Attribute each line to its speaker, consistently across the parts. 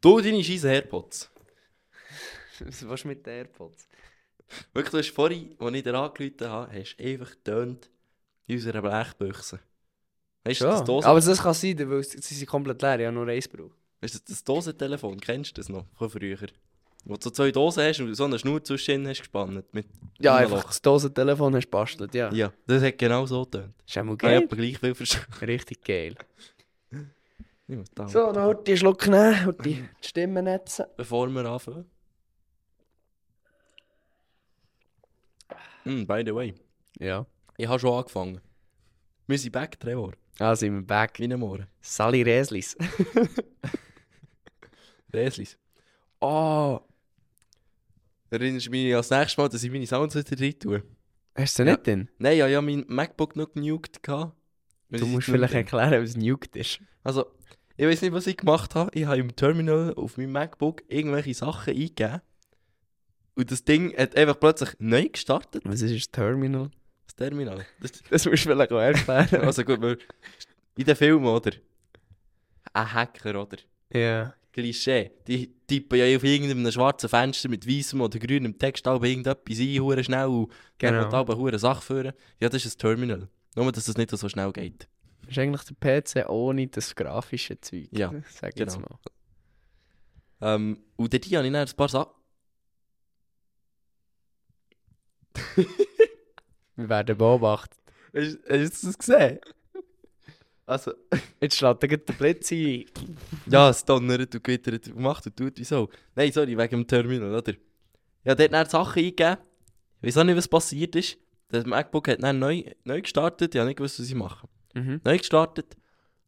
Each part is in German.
Speaker 1: Du, deine scheiß AirPods.
Speaker 2: Was willst du mit den AirPods?
Speaker 1: Wirklich, du hast vorhin, als ich dir angerufen habe, hast du einfach getönt in unserer Blechbüchse. Weißt du, das, Dosen
Speaker 2: Aber das kann sein, weil sie sie sind komplett leer, ich habe nur eins gebraucht.
Speaker 1: weißt du, das Dosentelefon, kennst du das noch von früher? Wo du so zwei Dosen hast und so eine Schnur zwischen hast gespannt. Mit
Speaker 2: Ja,
Speaker 1: einem
Speaker 2: einfach das Dosentelefon hast du bastelt, ja.
Speaker 1: Loch. Ja, das hat genau so getönt.
Speaker 2: Ist ja mal
Speaker 1: Ich habe
Speaker 2: geil.
Speaker 1: aber gleich viel verstanden.
Speaker 2: Richtig geil.
Speaker 1: Ich muss da-
Speaker 2: So, noch heute einen Schluck nehmen und die die Stimme netzen.
Speaker 1: Bevor wir anfangen. Mm, by the way,
Speaker 2: Ja.
Speaker 1: ich habe schon angefangen. Wir sind back, Trevor.
Speaker 2: Ah, sind wir back.
Speaker 1: Meine Morgen.
Speaker 2: Sally Reslis.
Speaker 1: Räslis.
Speaker 2: Oh.
Speaker 1: Ah! Erinnerst du mich an das nächste Mal, dass ich meine Sounds wieder rein tue?
Speaker 2: Hast du
Speaker 1: Ja.
Speaker 2: nicht denn?
Speaker 1: Nein, ich habe ja mein MacBook noch genuked. gehabt. Weil
Speaker 2: Du
Speaker 1: ich
Speaker 2: musst
Speaker 1: es
Speaker 2: vielleicht
Speaker 1: nicht-
Speaker 2: erklären, was nuked ist.
Speaker 1: Also, ich weiß nicht, was ich gemacht habe. Ich habe im Terminal auf meinem MacBook irgendwelche Sachen eingegeben. Und das Ding hat einfach plötzlich neu gestartet.
Speaker 2: Was ist das Terminal?
Speaker 1: Das Terminal. Das,
Speaker 2: Das musst du vielleicht auch erklären.
Speaker 1: also gut, wir- in den Filmen, oder? Ein Hacker, oder?
Speaker 2: ja.
Speaker 1: Klischee. Die tippen ja auf irgendeinem schwarzen Fenster mit weißem oder grünem Text aber irgendetwas ein, hure schnell und
Speaker 2: Genau.
Speaker 1: dann aber hure Sache führen. Ja, das ist ein Terminal. Nur, dass es nicht so schnell geht.
Speaker 2: Das ist eigentlich der PC ohne das grafische Zeug.
Speaker 1: Ja,
Speaker 2: Sag ich
Speaker 1: genau.
Speaker 2: jetzt mal.
Speaker 1: Ähm, und dort habe ich dann ein paar Sachen...
Speaker 2: Wir werden beobachtet.
Speaker 1: Hast, hast du das gesehen? Also...
Speaker 2: Jetzt schlägt er gleich der Blitz ein.
Speaker 1: Ja, es donnert und gewittert und macht und tut, wieso? Nein, sorry, wegen dem Terminal, oder? Ja, dort dann Sachen eingegeben. Ich weiß auch nicht, was passiert ist. Das MacBook hat dann neu, neu gestartet, ich habe nicht gewusst, was ich mache.
Speaker 2: Mhm.
Speaker 1: Neu gestartet.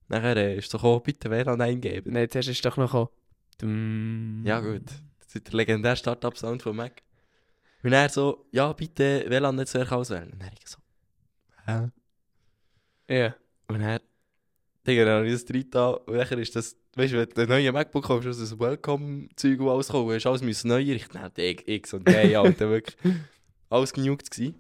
Speaker 1: Nachher äh, ist so, gekommen, bitte WLAN eingeben.
Speaker 2: Nein, jetzt ist doch noch auch- Dum.
Speaker 1: Ja, gut. Das ist der legendäre Startup-Sound von Mac. Und er so, ja, bitte WLAN-Netzwerk auswählen. Und er so, hä?
Speaker 2: Ja.
Speaker 1: Und er, Digga, dann habe ich das drei da. Und nachher ist das, weißt du, wenn du einen neuen MacBook kommst, ist das Welcome-Zeug und alles gekommen. Hast alles müssen neu richten. Nein, Digga, X und Y, Alter, wirklich. Alles genugt gewesen.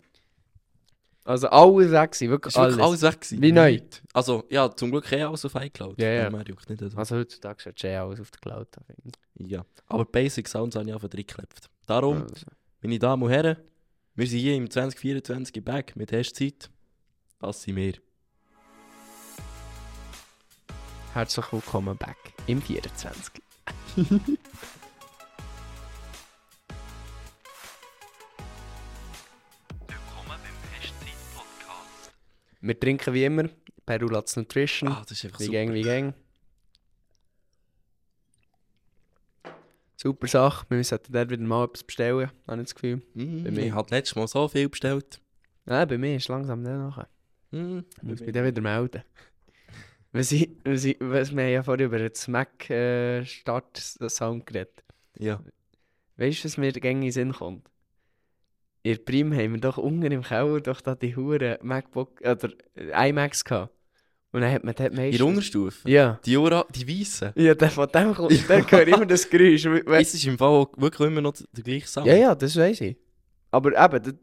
Speaker 2: Also alles weg, gewesen, wirklich
Speaker 1: Ist alles.
Speaker 2: alles.
Speaker 1: wirklich alles weg gewesen.
Speaker 2: Wie neu.
Speaker 1: Nichts. Also, ja, zum Glück eh alles auf iCloud.
Speaker 2: Ja, ja.
Speaker 1: Von dem her juckt nicht. Also.
Speaker 2: Also heutzutage schaut eh alles auf der Cloud. an, finde ich.
Speaker 1: Ja. Aber Basic Sounds habe ich einfach drin geklebt. Darum,
Speaker 2: Also.
Speaker 1: meine Damen und Herren, wir sind hier im 2024 back mit Hastzeit. Das sind wir.
Speaker 2: Herzlich willkommen back im 24. Wir trinken wie immer Perulats Nutrition.
Speaker 1: Ah, das ist einfach
Speaker 2: wie
Speaker 1: super.
Speaker 2: gang, wie gang. Super Sache. Wir sollten dort wieder mal etwas bestellen, habe ich das Gefühl.
Speaker 1: Mm,
Speaker 2: Bei mir.
Speaker 1: ich habe letztes Mal so viel bestellt.
Speaker 2: Nein, bei mir ist langsam nicht nachher.
Speaker 1: Mm,
Speaker 2: Ich muss
Speaker 1: bei
Speaker 2: mich
Speaker 1: mir.
Speaker 2: dann wieder melden. Was ich, was ich, was wir haben ja vorhin über das Mac-Start-Sound geredet.
Speaker 1: Ja.
Speaker 2: Weißt du, was mir gängig in den Sinn kommt? In Prim haben wir doch unten im Keller doch da die Huren MacBook oder äh, iMacs gehabt. Und dann hat man dort
Speaker 1: In
Speaker 2: meistens.
Speaker 1: der Unterstufe.
Speaker 2: Ja.
Speaker 1: Die Ura, die Weißen.
Speaker 2: Ja, der von dem kommt, der gehört immer das Geräusch. We- we-
Speaker 1: Es ist im Fall auch wirklich immer noch der gleiche Sound.
Speaker 2: Ja, ja, das weiß ich. Oh. Aber eben, das-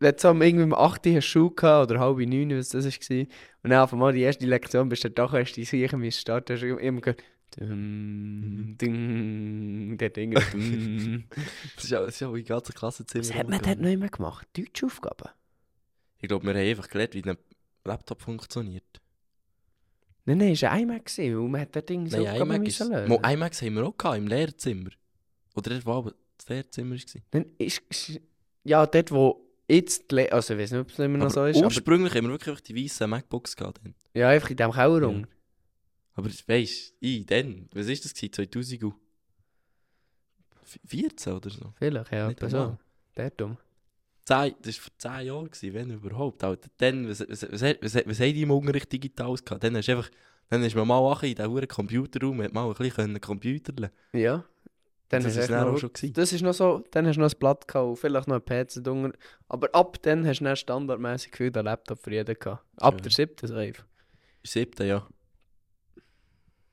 Speaker 2: wenn du so am- irgendwie um 8 Uhr hast du Schule gehabt, oder halb 9, was das war, und dann auf einmal die erste Lektion bist du da, hast du dich sicher müssen starten, hast du immer gehört, dum, ding, der Ding, dum.
Speaker 1: Das ist ja, das ist ja auch in ganzen Klassenzimmer.
Speaker 2: Was hat man dort
Speaker 1: rumgegangen.
Speaker 2: noch immer gemacht? Deutsche Aufgaben?
Speaker 1: Ich glaube, wir haben einfach gelernt, wie ein Laptop funktioniert.
Speaker 2: Nein, nein, es war ein iMac, gewesen, und man hat dort Ding so
Speaker 1: Nein,
Speaker 2: Aufgaben
Speaker 1: iMac ist...
Speaker 2: müssen lösen.
Speaker 1: Mo, iMacs haben wir auch gehabt, im Lehrzimmer. Oder das war aber das Lehrzimmer. War.
Speaker 2: Nein, ist, ist, ja, dort wo jetzt, die Le- also ich weiß nicht, ob es immer noch
Speaker 1: aber
Speaker 2: so ist, aber
Speaker 1: ursprünglich haben wir wirklich einfach die weißen MacBooks gehabt. Dann.
Speaker 2: ja, einfach in diesem Keller unten.
Speaker 1: Aber weißt du, ich dann, was ist das gewesen? 2014 oder so?
Speaker 2: Vielleicht, ja,
Speaker 1: Nicht
Speaker 2: etwa so.
Speaker 1: einmal.
Speaker 2: Dort um.
Speaker 1: Zehn, das war vor 10 Jahren, gewesen, wenn überhaupt. Alter, dann, was, was, was, was, was, was haben die im Unterricht Digitales gehabt? Dann, hast du einfach, dann ist man mal wach in diesen verdammten Computerraum, hat mal ein bisschen computerlen
Speaker 2: Ja. Dann
Speaker 1: Das
Speaker 2: hast du
Speaker 1: ist
Speaker 2: echt
Speaker 1: dann
Speaker 2: noch-
Speaker 1: auch schon gewesen.
Speaker 2: Das ist noch so, dann hast du noch ein Blatt gehabt, und vielleicht noch ein PC drunter. Aber ab dann hast du dann standardmäßig viel den Laptop für jeden gehabt. Ab
Speaker 1: Ja.
Speaker 2: der siebten safe.
Speaker 1: Im siebten Jahr.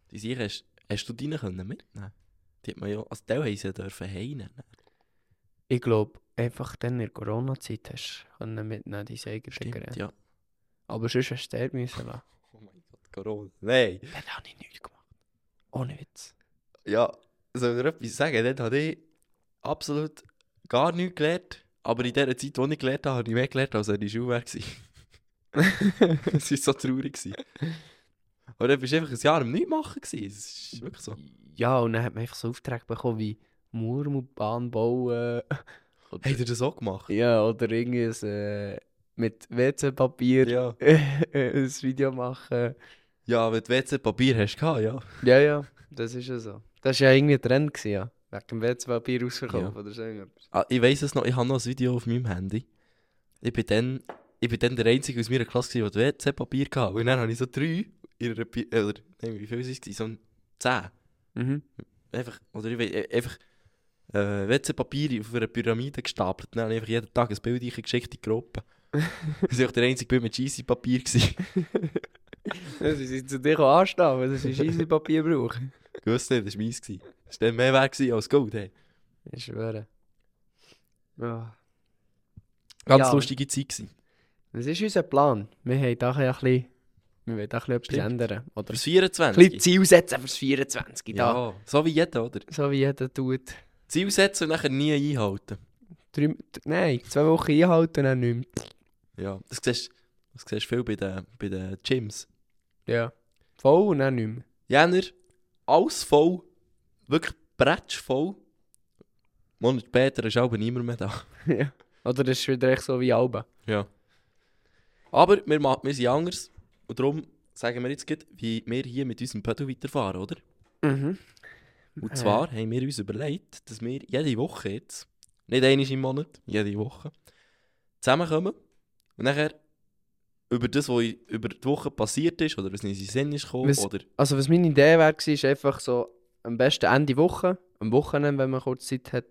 Speaker 1: Die Sache hast, hast du deine können mitnehmen Die hat man ja, also die haben sie ja dürfen heimnehmen.
Speaker 2: Ich glaube, einfach dann in der Corona-Zeit hast du können mitnehmen die Sägersticker.
Speaker 1: Stimmt, ja.
Speaker 2: Aber sonst hast du dort müssen lassen.
Speaker 1: Oh mein Gott, Corona. Nein.
Speaker 2: Dann habe ich nichts gemacht. Ohne Witz.
Speaker 1: ja, soll ich dir etwas sagen? Dort habe ich absolut gar nichts gelernt. Aber in dieser Zeit, wo ich gelernt habe, habe ich mehr gelernt, als wenn ich in der Schule war. Es war so traurig. gewesen. Und dann bist du einfach ein Jahr am Nichtmachen. gewesen. Es ist wirklich so.
Speaker 2: Ja, und dann hat man einfach so Aufträge bekommen wie Murmelbahn bauen. Oder,
Speaker 1: Habt ihr das auch gemacht?
Speaker 2: Ja, oder irgendwas äh, mit WC-Papier
Speaker 1: Ja.
Speaker 2: ein Video machen.
Speaker 1: Ja, wenn du WC-Papier hast, gehabt, ja.
Speaker 2: Ja, ja, dus das ist ja so. Das war ja irgendwie ein Trend, gewesen, ja. Wegen dem WC-Papier rausgekommen
Speaker 1: Ja.
Speaker 2: oder so irgendwas.
Speaker 1: Ah, ich weiß es noch, ich habe noch ein Video auf meinem Handy. Ich bin dann, ich bin dann der Einzige aus meiner Klasse, gewesen, der WC-Papier hatte. Und dann habe ich so drei in einer Pi äh, oder nein, wie viel war es? So zehn.
Speaker 2: Mhm.
Speaker 1: Einfach, oder ich weiß, einfach äh, WC-Papier auf einer Pyramide gestapelt. Dann habe ich einfach jeden Tag ein Bild reingeschickt in die Dus Gruppe. das war auch der einzige Bild mit Cheesy-Papier. gewesen.
Speaker 2: Ja, Sie sind zu dir auch anstehen, weil das ist easy Papier brauchen.
Speaker 1: Ich wusste nicht, das war meins. gewesen. Das war dann mehr wert gewesen als Gold. Hey.
Speaker 2: Ich schwöre. Ja.
Speaker 1: Ganz
Speaker 2: Ja.
Speaker 1: lustige Zeit. Gewesen.
Speaker 2: Was ist unser Plan? Wir haben da ein bisschen, wir wollen da ein bisschen etwas
Speaker 1: Stimmt.
Speaker 2: ändern. Oder
Speaker 1: Fürs
Speaker 2: ein bisschen
Speaker 1: 24.
Speaker 2: Ziel setzen fürs 24. Da.
Speaker 1: Ja, so wie jeder, oder?
Speaker 2: So wie jeder tut.
Speaker 1: Ziel setzen und nachher nie einhalten.
Speaker 2: Drei, d- nein, zwei Wochen einhalten und dann nicht mehr.
Speaker 1: Ja, Dus das siehst das siehst du viel bei den, bei den Gyms.
Speaker 2: Ja. Voll und dann nicht mehr.
Speaker 1: Jänner, alles voll, wirklich bretschvoll. Monat später ist aber niemand mehr da.
Speaker 2: ja. dus Oder das ist wieder echt so wie Alba.
Speaker 1: Ja. Aber wir, ma- wir sind anders und darum sagen wir jetzt gleich, wie wir hier mit unserem Pedal weiterfahren, oder?
Speaker 2: Mhm.
Speaker 1: Und zwar haben wir uns überlegt, dass wir jede Woche jetzt, nicht einmal im Monat, jede Woche, zusammenkommen und nachher über das, was in- über die Woche passiert ist oder was in unseren Sinn ist gekommen,
Speaker 2: Was-
Speaker 1: oder...
Speaker 2: Also was meine Idee wäre, gewesen, ist einfach so am besten Ende Woche, am Wochenende, wenn man kurz Zeit hat.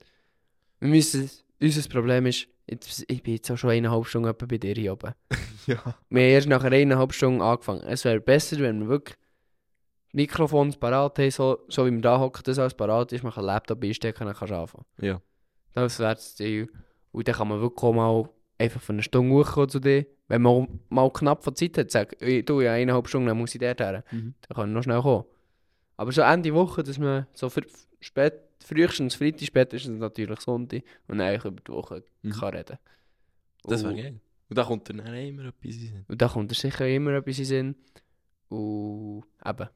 Speaker 2: Wir müssen, unser Problem ist, jetzt, ich bin jetzt auch schon eineinhalb Stunden etwa bei dir hier oben.
Speaker 1: Ja.
Speaker 2: Wir haben erst nach eineinhalb Stunden angefangen. Es wäre besser, wenn wir wirklich Mikrofons parat haben, so, so wie wir da hocken, das alles parat ist, man kann Laptop einstecken und dann kannst du anfangen.
Speaker 1: Ja.
Speaker 2: Das wäre das Ziel. Und dann kann man wirklich auch mal einfach für eine Stunde hochkommen zu dir. Wenn man auch mal knapp von Zeit hat, sagt, «Ey, du, ja, eineinhalb Stunden, dann muss ich dort her.
Speaker 1: Mhm.
Speaker 2: Dann kann ich noch schnell kommen. Aber so Ende Woche, dass man so fr spät, frühestens Freitag, spätestens natürlich Sonntag und dann eigentlich über die Woche
Speaker 1: Mhm.
Speaker 2: kann reden. Oh.
Speaker 1: Das wäre
Speaker 2: Und-
Speaker 1: geil. Und dann kommt dann auch immer etwas in den Sinn.
Speaker 2: Und da kommt er sicher immer etwas in den Sinn. Und eben,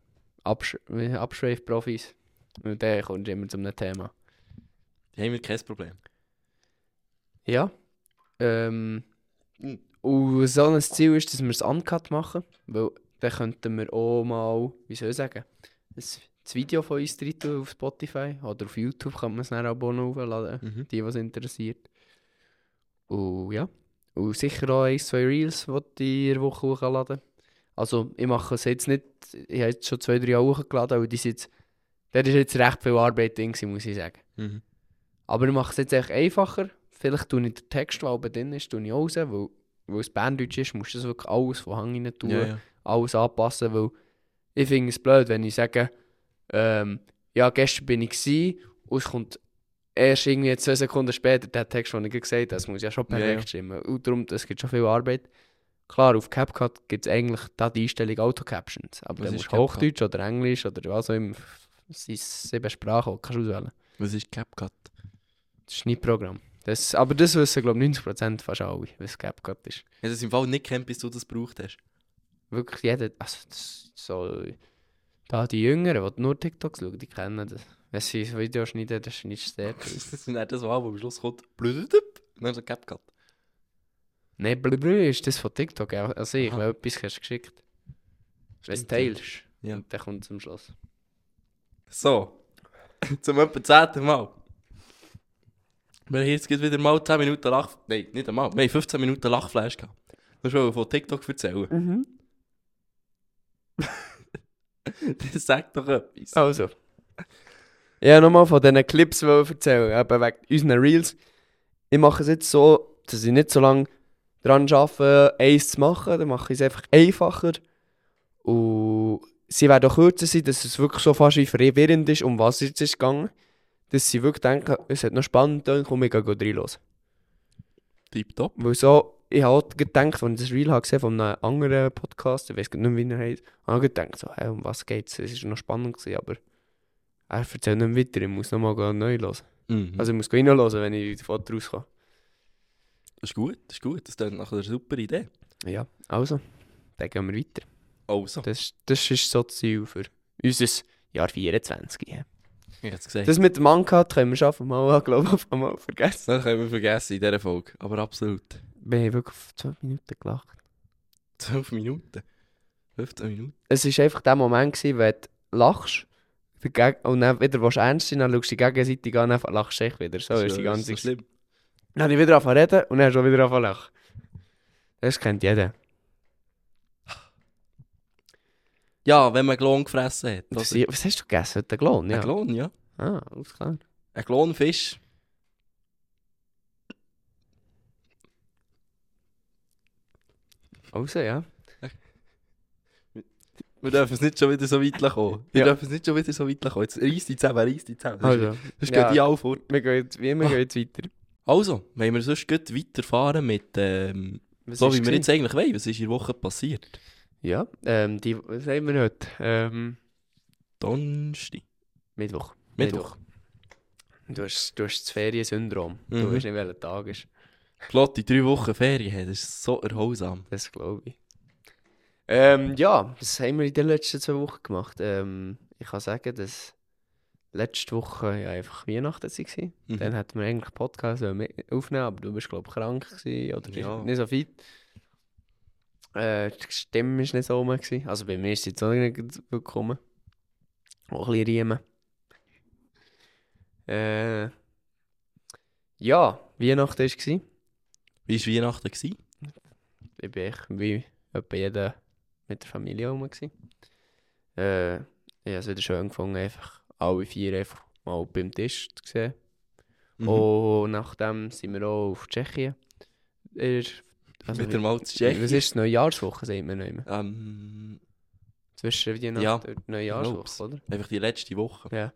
Speaker 2: Absch wie- Abschweifprofis. Und der kommt immer zu einem Thema.
Speaker 1: Da haben wir kein Problem.
Speaker 2: Ja. Ähm,
Speaker 1: Mhm.
Speaker 2: Und so ein Ziel ist, dass wir es uncut machen. Weil dann könnten wir auch mal, wie soll ich sagen, das, das Video von uns drin tun auf Spotify oder auf YouTube kann man es dann auch noch hochladen.
Speaker 1: Mhm.
Speaker 2: die, was interessiert. Und ja. Und sicher auch ein, zwei Reels, die ich in der Woche hochladen Also, ich mache es jetzt nicht. Ich habe jetzt schon zwei, drei hochgeladen, aber die sind jetzt. Das ist jetzt recht viel Arbeit, drin gewesen, muss ich sagen.
Speaker 1: Mhm.
Speaker 2: Aber ich mache es jetzt echt einfacher. Vielleicht tue ich den Text, der oben drin ist, tue ich auch raus, weil, weil es Berndeutsch ist, musst du das wirklich alles von Hang rein tun
Speaker 1: Ja, ja.
Speaker 2: alles anpassen, weil ich finde es blöd, wenn ich sage, ähm, ja, gestern bin ich gsi und es kommt erst irgendwie zwei Sekunden später der Text, den ich gerade gesagt habe, das muss ja schon
Speaker 1: Ja,
Speaker 2: perfekt
Speaker 1: ja.
Speaker 2: stimmen. Und darum, das gibt schon viel Arbeit. Klar, auf CapCut gibt es eigentlich da die Einstellung Auto-Captions, aber
Speaker 1: Was
Speaker 2: dann
Speaker 1: ist
Speaker 2: musst du
Speaker 1: CapCut?
Speaker 2: Hochdeutsch oder Englisch oder was auch immer, es sind sieben Sprachen, die kannst du auswählen.
Speaker 1: Was ist CapCut?
Speaker 2: Das ist nicht Programm. Das, aber das wissen, glaube ich, 90% fast alle, was CapCut ist.
Speaker 1: Ich habe das im Fall nicht kennt, bis du das gebraucht hast.
Speaker 2: wirklich jeder, also das, so, da die Jüngeren, die nur TikToks schauen, die kennen das. Wenn sie ein Video schneiden, das schneidest du
Speaker 1: Das
Speaker 2: es dort.
Speaker 1: ist nicht das, was am Schluss kommt. Blödöp. Und dann so CapCut.
Speaker 2: Nein, blablabla ist das von TikTok. ja. Also ich
Speaker 1: Aha.
Speaker 2: glaube, etwas hast du geschickt. Wenn du es
Speaker 1: Stimmt, ja.
Speaker 2: teilst,
Speaker 1: Ja.
Speaker 2: und dann kommt es am Schluss.
Speaker 1: So. Zum etwa zehnten Mal. Wir haben jetzt gerade wieder mal 10 Minuten Lach... Nein, nicht einmal. Wir haben 15 Minuten Lachflash gehabt. Du schon von TikTok erzählen. Das sagt doch etwas.
Speaker 2: Also. Ja, nochmal von diesen Clips wollte erzählen, eben wegen unseren Reels. Ich mache es jetzt so, dass ich nicht so lange dran arbeite, eins zu machen. Dann mache ich es einfach einfacher. Und sie werden auch kürzer sein, dass es wirklich so fast wie verwirrend ist, um was es jetzt ist gegangen. Dass sie wirklich denken, es hat noch spannend getan, komm, ich gehe reinhören.
Speaker 1: Tipptopp.
Speaker 2: Weil so, ich habe auch gedacht, als ich das Reel habe gesehen von einem anderen Podcast, ich weiß nicht mehr, wie er heißt, habe ich gedacht, so, hey, um was geht's? Es war noch spannend, gewesen, aber Er erzählt nicht mehr weiter, ich muss nochmal neu hören.
Speaker 1: Mhm.
Speaker 2: Also ich muss ihn hören, wenn ich davon rauskomme.
Speaker 1: das ist gut, das ist gut. Das klingt nach einer super Idee.
Speaker 2: Ja, also, dann gehen wir weiter.
Speaker 1: Also,
Speaker 2: Das, das ist so das Ziel für unser Jahr 24. Ja.
Speaker 1: ich hab's gesagt.
Speaker 2: Das mit dem Uncut können wir schaffen, mal, glaube ich, auf einmal vergessen.
Speaker 1: Das können wir vergessen in dieser Folge. Aber absolut.
Speaker 2: Wir haben wirklich auf 12 Minuten gelacht.
Speaker 1: 12 Minuten. 15 Minuten.
Speaker 2: Es war einfach der Moment, gewesen, wenn du lachst der Geg- und dann wieder willst du ernst sein, dann schaust du die Gegenseite an und dann lachst du dich wieder. So ist die ganze
Speaker 1: so
Speaker 2: Geschichte.
Speaker 1: schlimm.
Speaker 2: Dann habe ich wieder angefangen zu reden und dann hast du wieder angefangen zu lachen. Das kennt jeder.
Speaker 1: Ja, wenn man Klon gefressen hat.
Speaker 2: Das
Speaker 1: oder?
Speaker 2: was hast du gegessen? Den Klon? Ja.
Speaker 1: Ein Klon, ja.
Speaker 2: Ah, alles klar.
Speaker 1: Ein Klonfisch.
Speaker 2: Also, ja.
Speaker 1: Wir dürfen es nicht schon wieder so weit kommen. Wir
Speaker 2: Ja.
Speaker 1: dürfen es nicht schon wieder so weit kommen. Jetzt reiss dich zusammen, reiss dich zusammen. Sonst-
Speaker 2: Also,
Speaker 1: Sonst
Speaker 2: Ja.
Speaker 1: gehen die alle vor.
Speaker 2: wir gehen jetzt, wie
Speaker 1: Ah.
Speaker 2: immer gehen jetzt weiter.
Speaker 1: Also, wenn wir sonst gut weiterfahren mit, ähm,
Speaker 2: Was
Speaker 1: so
Speaker 2: ist
Speaker 1: wie wir
Speaker 2: gewesen?
Speaker 1: jetzt eigentlich wollen, was ist in der Woche passiert?
Speaker 2: Ja, ähm, die, was haben wir heute? Ähm,
Speaker 1: Donnerstag.
Speaker 2: Mittwoch.
Speaker 1: Mittwoch.
Speaker 2: Du hast, du hast das Feriensyndrom.
Speaker 1: Mhm.
Speaker 2: Du weißt nicht, welcher Tag ist.
Speaker 1: Flotte drei Wochen Ferien haben, das ist so erholsam.
Speaker 2: Das glaube ich. Ähm, ja, was haben wir in den letzten zwei Wochen gemacht? Ähm, ich kann sagen, dass letzte Woche ja einfach Weihnachten war.
Speaker 1: Mhm.
Speaker 2: Dann hätten wir eigentlich Podcast sollen mit- aufnehmen aber du bist, glaube ich, krank gewesen oder bist
Speaker 1: Ja.
Speaker 2: nicht so fit. Äh, die Stimme war nicht so rum. Gewesen. Also bei mir ist sie jetzt auch nicht gekommen. Auch ein bisschen Riemen. Äh, ja, Weihnachten war
Speaker 1: Wie war Weihnachten? Gewesen?
Speaker 2: ich bin echt wie etwa jeder mit der Familie rum. gsi. Äh, ich habe es wieder schön gefunden, einfach alle vier einfach mal beim Tisch zu sehen.
Speaker 1: Mhm.
Speaker 2: Und nachdem sind wir auch auf Tschechien. Ist, also
Speaker 1: Wieder
Speaker 2: wie-
Speaker 1: mal zu
Speaker 2: Was
Speaker 1: Tschechien.
Speaker 2: ist die Neujahrswoche, sagt man nicht mehr?
Speaker 1: Ähm,
Speaker 2: Zwischen Weihnachten
Speaker 1: Ja,
Speaker 2: und Neujahrswoche,
Speaker 1: glaub's.
Speaker 2: oder?
Speaker 1: einfach die letzte Woche.
Speaker 2: Ja.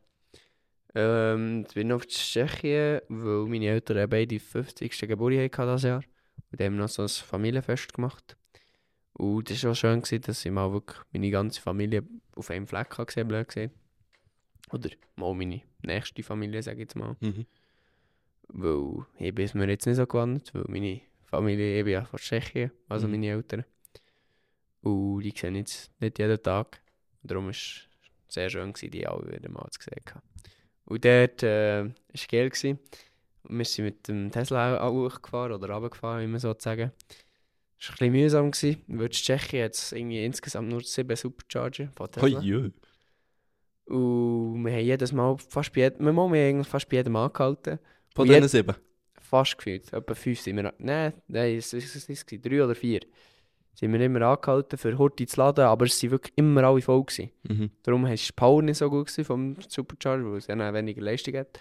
Speaker 2: Ähm, ich bin auf Tschechien, weil meine Eltern eben beide 50. Geburtstag hatten dieses Jahr. Und die haben noch so ein Familienfest gemacht. Und das war auch schön, gewesen, dass ich mal wirklich meine ganze Familie auf einem Fleck habe gesehen blöd gesehen. Oder mal meine nächste Familie, sage ich jetzt mal.
Speaker 1: Mhm.
Speaker 2: Weil ich bin es mir jetzt nicht so gewandert, weil meine Familie, ich bin ja von Tschechien, also
Speaker 1: Mhm.
Speaker 2: meine Eltern. Und die sehen jetzt nicht jeden Tag. Darum war es sehr schön, gewesen, die alle wieder mal zu sehen. haben. Und dort äh, war es geil. Gewesen. Und Wir sind mit dem Tesla auch hochgefahren oder runtergefahren, wie man so sagen. Es war ein bisschen mühsam, gewesen, weil in Tschechien hat es irgendwie insgesamt nur sieben Supercharger von Tesla.
Speaker 1: Hoi, jö.
Speaker 2: Und wir haben jedes Mal, fast bei jedem, wir haben eigentlich fast bei jedem angehalten.
Speaker 1: Von
Speaker 2: Und
Speaker 1: diesen sieben.
Speaker 2: fast gefühlt, etwa fünf sind wir, an- nein, nein, es es- es- es waren drei oder vier, sind wir immer angehalten, für Horti zu laden, aber es waren wirklich immer alle voll. Gewesen.
Speaker 1: Mhm.
Speaker 2: Darum war die Power nicht so gut gewesen vom Supercharger, weil es ja dann weniger Leistung hat.